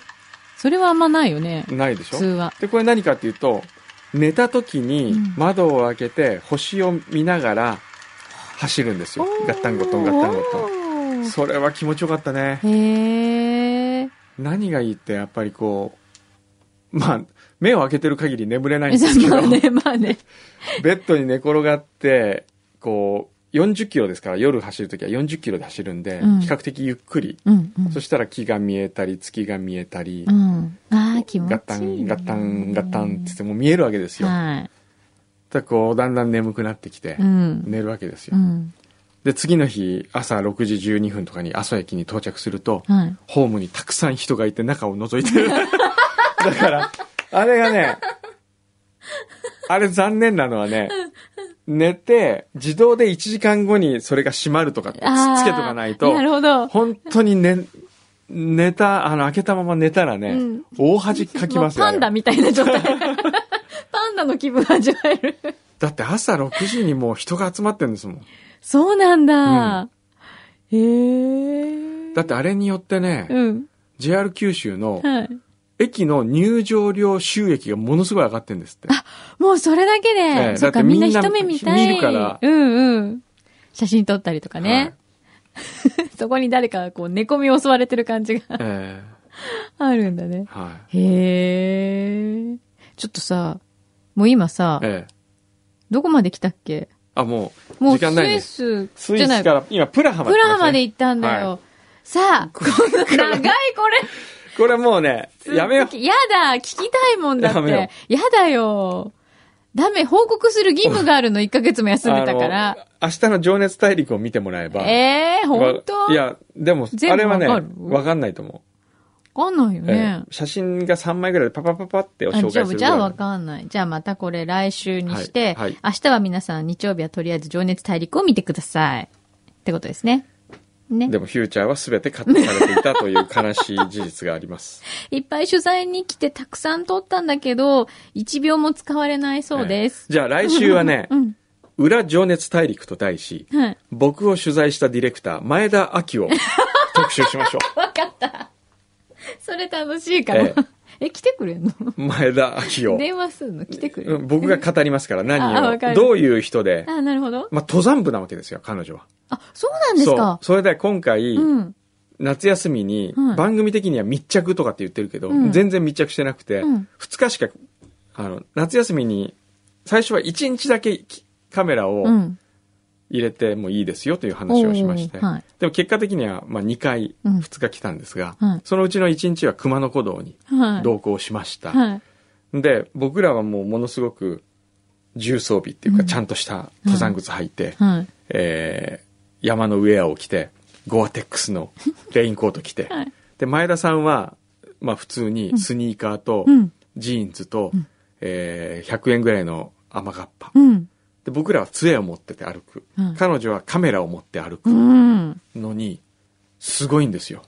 [SPEAKER 4] それはあんまないよね。
[SPEAKER 3] ないでし
[SPEAKER 4] 普
[SPEAKER 3] ょ
[SPEAKER 4] 通は。
[SPEAKER 3] でこれ何かっていうと寝た時に
[SPEAKER 4] うん
[SPEAKER 3] 窓を開けて星を見ながら走るんですよ、ガッタンゴトンガッタンゴトンそれは気持ちよかったね
[SPEAKER 4] ン。へえ。
[SPEAKER 3] 何がいいってやっぱりこうまあ目を開けてる限り眠れないんですけ
[SPEAKER 4] ま
[SPEAKER 3] ど、
[SPEAKER 4] あね、 まあね。
[SPEAKER 3] ベッドに寝転がってこう40キロですから夜走る時は40キロで走るんで、
[SPEAKER 4] うん
[SPEAKER 3] 比較的ゆっくり、
[SPEAKER 4] うんうん。
[SPEAKER 3] そしたら木が見えたり月が見えたり、
[SPEAKER 4] うん。ああ、気持ちいいね。
[SPEAKER 3] ガッタンガッタンガッタンって言ってもう見えるわけですよ、
[SPEAKER 4] は
[SPEAKER 3] ただこうだんだん眠くなってきて
[SPEAKER 4] い。うん。
[SPEAKER 3] 寝るわけですよ、
[SPEAKER 4] うん。
[SPEAKER 3] で次の日朝6時12分とかに阿蘇駅に到着すると、
[SPEAKER 4] はい。
[SPEAKER 3] ホームにたくさん人がいて中を覗いてる だからあれがねあれ残念なのはね寝て自動で1時間後にそれが閉まるとかってつ
[SPEAKER 4] あー
[SPEAKER 3] つけとかないと
[SPEAKER 4] なるほど。
[SPEAKER 3] 本当に寝寝たあの開けたまま寝たらね、
[SPEAKER 4] うん
[SPEAKER 3] 大恥かきますよ
[SPEAKER 4] も
[SPEAKER 3] あ
[SPEAKER 4] うパ
[SPEAKER 3] れ
[SPEAKER 4] ンダみたいな 状態。パンダの気分味わえる。
[SPEAKER 3] だって朝6時にもう人が集まってるんですもん
[SPEAKER 4] そうなん
[SPEAKER 3] う
[SPEAKER 4] だ。へえ。
[SPEAKER 3] だってあれによってね、
[SPEAKER 4] うん。
[SPEAKER 3] JR 九州の
[SPEAKER 4] はい。
[SPEAKER 3] 駅の入場料収益がものすごい上がってるんですって
[SPEAKER 4] もうそれだけ
[SPEAKER 3] え
[SPEAKER 4] で、
[SPEAKER 3] え
[SPEAKER 4] そ
[SPEAKER 3] だ
[SPEAKER 4] っか、
[SPEAKER 3] って
[SPEAKER 4] みんな
[SPEAKER 3] みんな
[SPEAKER 4] 一目見たい。
[SPEAKER 3] 見るから
[SPEAKER 4] うんうん。写真撮ったりとかね。 そこに誰かこう、寝込みを襲われてる感じが
[SPEAKER 3] はいえ
[SPEAKER 4] あるんだね
[SPEAKER 3] え。はい
[SPEAKER 4] へえ。ちょっとさ、もう今さ、
[SPEAKER 3] ええ
[SPEAKER 4] どこまで来たっけ
[SPEAKER 3] あもう
[SPEAKER 4] もう
[SPEAKER 3] 時
[SPEAKER 4] ス
[SPEAKER 3] 間ないね
[SPEAKER 4] イス
[SPEAKER 3] スイ
[SPEAKER 4] じゃな
[SPEAKER 3] ス
[SPEAKER 4] い。
[SPEAKER 3] か
[SPEAKER 4] プ
[SPEAKER 3] ら今プラハまで来
[SPEAKER 4] ラ
[SPEAKER 3] ま
[SPEAKER 4] ハ
[SPEAKER 3] した
[SPEAKER 4] まで
[SPEAKER 3] ね
[SPEAKER 4] 行ったんだ
[SPEAKER 3] は
[SPEAKER 4] よ。 さあ、この長いこれ。
[SPEAKER 3] これもうねやめよう
[SPEAKER 4] やだ、聞きたいもんだって。
[SPEAKER 3] やめよ
[SPEAKER 4] やだよ。ダメ、報告する義務があるの、1ヶ月も休んでたから。
[SPEAKER 3] あの明日の情熱大陸を見てもらえば
[SPEAKER 4] ええー、本当
[SPEAKER 3] いやでも
[SPEAKER 4] 全部
[SPEAKER 3] あれはね
[SPEAKER 4] わかる
[SPEAKER 3] わかんないと思
[SPEAKER 4] わかんないよ
[SPEAKER 3] う、
[SPEAKER 4] ね
[SPEAKER 3] ええ。写真が3枚ぐらいでパパパパって
[SPEAKER 4] あ
[SPEAKER 3] 紹介
[SPEAKER 4] じゃあ、
[SPEAKER 3] する
[SPEAKER 4] じゃあわ
[SPEAKER 3] ん
[SPEAKER 4] かんない。じゃあまたこれ来週にして、
[SPEAKER 3] はいはい
[SPEAKER 4] 明日は皆さん日曜日はとりあえず情熱大陸を見てください。ってことですね。ね。
[SPEAKER 3] でもフューチャーは全てカットされていたという悲しい事実があります
[SPEAKER 4] いっぱい取材に来てたくさん撮ったんだけど、1秒も使われないそうです
[SPEAKER 3] ええ。じゃあ来週はね
[SPEAKER 4] うん。
[SPEAKER 3] 「裏情熱大陸」と題し
[SPEAKER 4] はい。
[SPEAKER 3] 僕を取材したディレクター前田亜紀を特集しましょ
[SPEAKER 4] わかった。それ楽しいから。
[SPEAKER 3] え
[SPEAKER 4] え来てくれんの
[SPEAKER 3] う前田亜紀を
[SPEAKER 4] 電話するの来てくれ
[SPEAKER 3] う
[SPEAKER 4] る、
[SPEAKER 3] ん僕が語りますから
[SPEAKER 4] あわ
[SPEAKER 3] 何
[SPEAKER 4] か
[SPEAKER 3] を
[SPEAKER 4] る
[SPEAKER 3] どういう人で、
[SPEAKER 4] あ、なるほど。
[SPEAKER 3] まあ、登山部なわけですよ彼女は
[SPEAKER 4] あ、そうなんですか。
[SPEAKER 3] そうそれで今回、
[SPEAKER 4] うん。
[SPEAKER 3] 夏休みに
[SPEAKER 4] はい
[SPEAKER 3] 番組的には密着とかって言ってるけど、
[SPEAKER 4] うん
[SPEAKER 3] 全然密着してなくて、
[SPEAKER 4] うん
[SPEAKER 3] 2日しかあの夏休みに最初は1日だけきカメラを
[SPEAKER 4] うん。
[SPEAKER 3] 入れてもいいですよという話をしまして、
[SPEAKER 4] おーはい
[SPEAKER 3] でも結果的にはまあ2回
[SPEAKER 4] うん
[SPEAKER 3] 2日来たんですが、
[SPEAKER 4] はい
[SPEAKER 3] そのうちの1日は熊野古道に
[SPEAKER 4] はい。
[SPEAKER 3] 同行しました、
[SPEAKER 4] はい。
[SPEAKER 3] で僕らはもうものすごく重装備っていうか
[SPEAKER 4] うん
[SPEAKER 3] ちゃんとした登山靴履いて、
[SPEAKER 4] はい。
[SPEAKER 3] えー山のウェアを着てゴアテックス のレインコート着て、
[SPEAKER 4] はい
[SPEAKER 3] で前田さんは、まあ、普通にスニーカーと
[SPEAKER 4] うん
[SPEAKER 3] ジーンズと、えー100円ぐらいの雨がっぱ、
[SPEAKER 4] うん。
[SPEAKER 3] で僕らは杖を持ってて歩く、
[SPEAKER 4] うん
[SPEAKER 3] 彼女はカメラを持って歩
[SPEAKER 4] う
[SPEAKER 3] く
[SPEAKER 4] ん。
[SPEAKER 3] のにすごいんですよ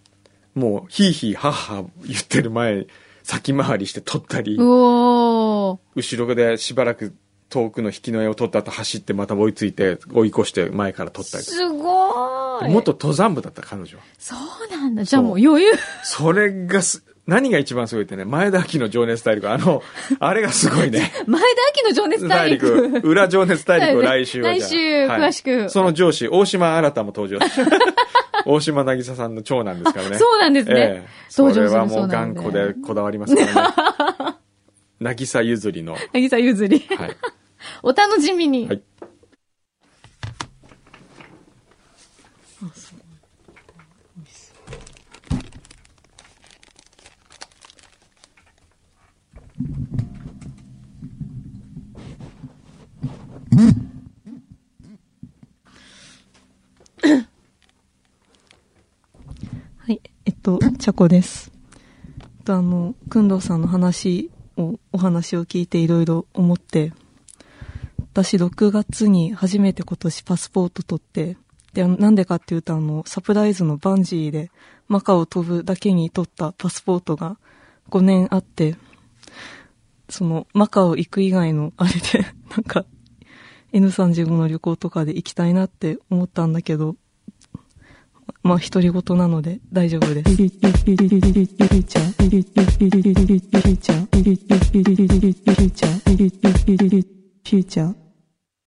[SPEAKER 3] もうヒーヒーハーハー言ってる前先回りして撮ったり、
[SPEAKER 4] うおー。
[SPEAKER 3] 後ろでしばらく遠くの引きの絵を撮った後走ってまた追いついて追い越して前から撮ったり
[SPEAKER 4] すごーい。
[SPEAKER 3] 元登山部だった彼女は
[SPEAKER 4] そうなんだ。じゃあもう余裕。
[SPEAKER 3] それがす何が一番すごいってね、前田明の情熱大陸、あ の、あれがすごいね。
[SPEAKER 4] 前田明の情熱大陸。
[SPEAKER 3] 裏情熱大 陸を来週はじゃあ
[SPEAKER 4] 来週
[SPEAKER 3] はい
[SPEAKER 4] 詳しく
[SPEAKER 3] その上司、大島新も登場。 大島渚さんの長男ですからね。
[SPEAKER 4] そうなんですね
[SPEAKER 3] ええそ
[SPEAKER 4] 登場
[SPEAKER 3] れ
[SPEAKER 4] する
[SPEAKER 3] は
[SPEAKER 4] そ
[SPEAKER 3] も
[SPEAKER 4] う
[SPEAKER 3] う
[SPEAKER 4] なん
[SPEAKER 3] 頑
[SPEAKER 4] で
[SPEAKER 3] 固でこだわりますからね。 渚譲りの。は
[SPEAKER 4] 渚ゆず り。
[SPEAKER 3] い。
[SPEAKER 4] お楽しみに。
[SPEAKER 3] はい
[SPEAKER 7] はい、えっと、チャコです。えっと、あの、くんどうさんの話を、お話を聞いていろいろ思って、私6月に初めて今年パスポート取って、で、あのなんでかっていうとあの、サプライズのバンジーでマカオを飛ぶだけに取ったパスポートが5年あって、その、マカオ行く以外のあれで、なんか、N35 の旅行とかで行きたいなって思ったんだけど、まあ、独り言なので大丈夫です。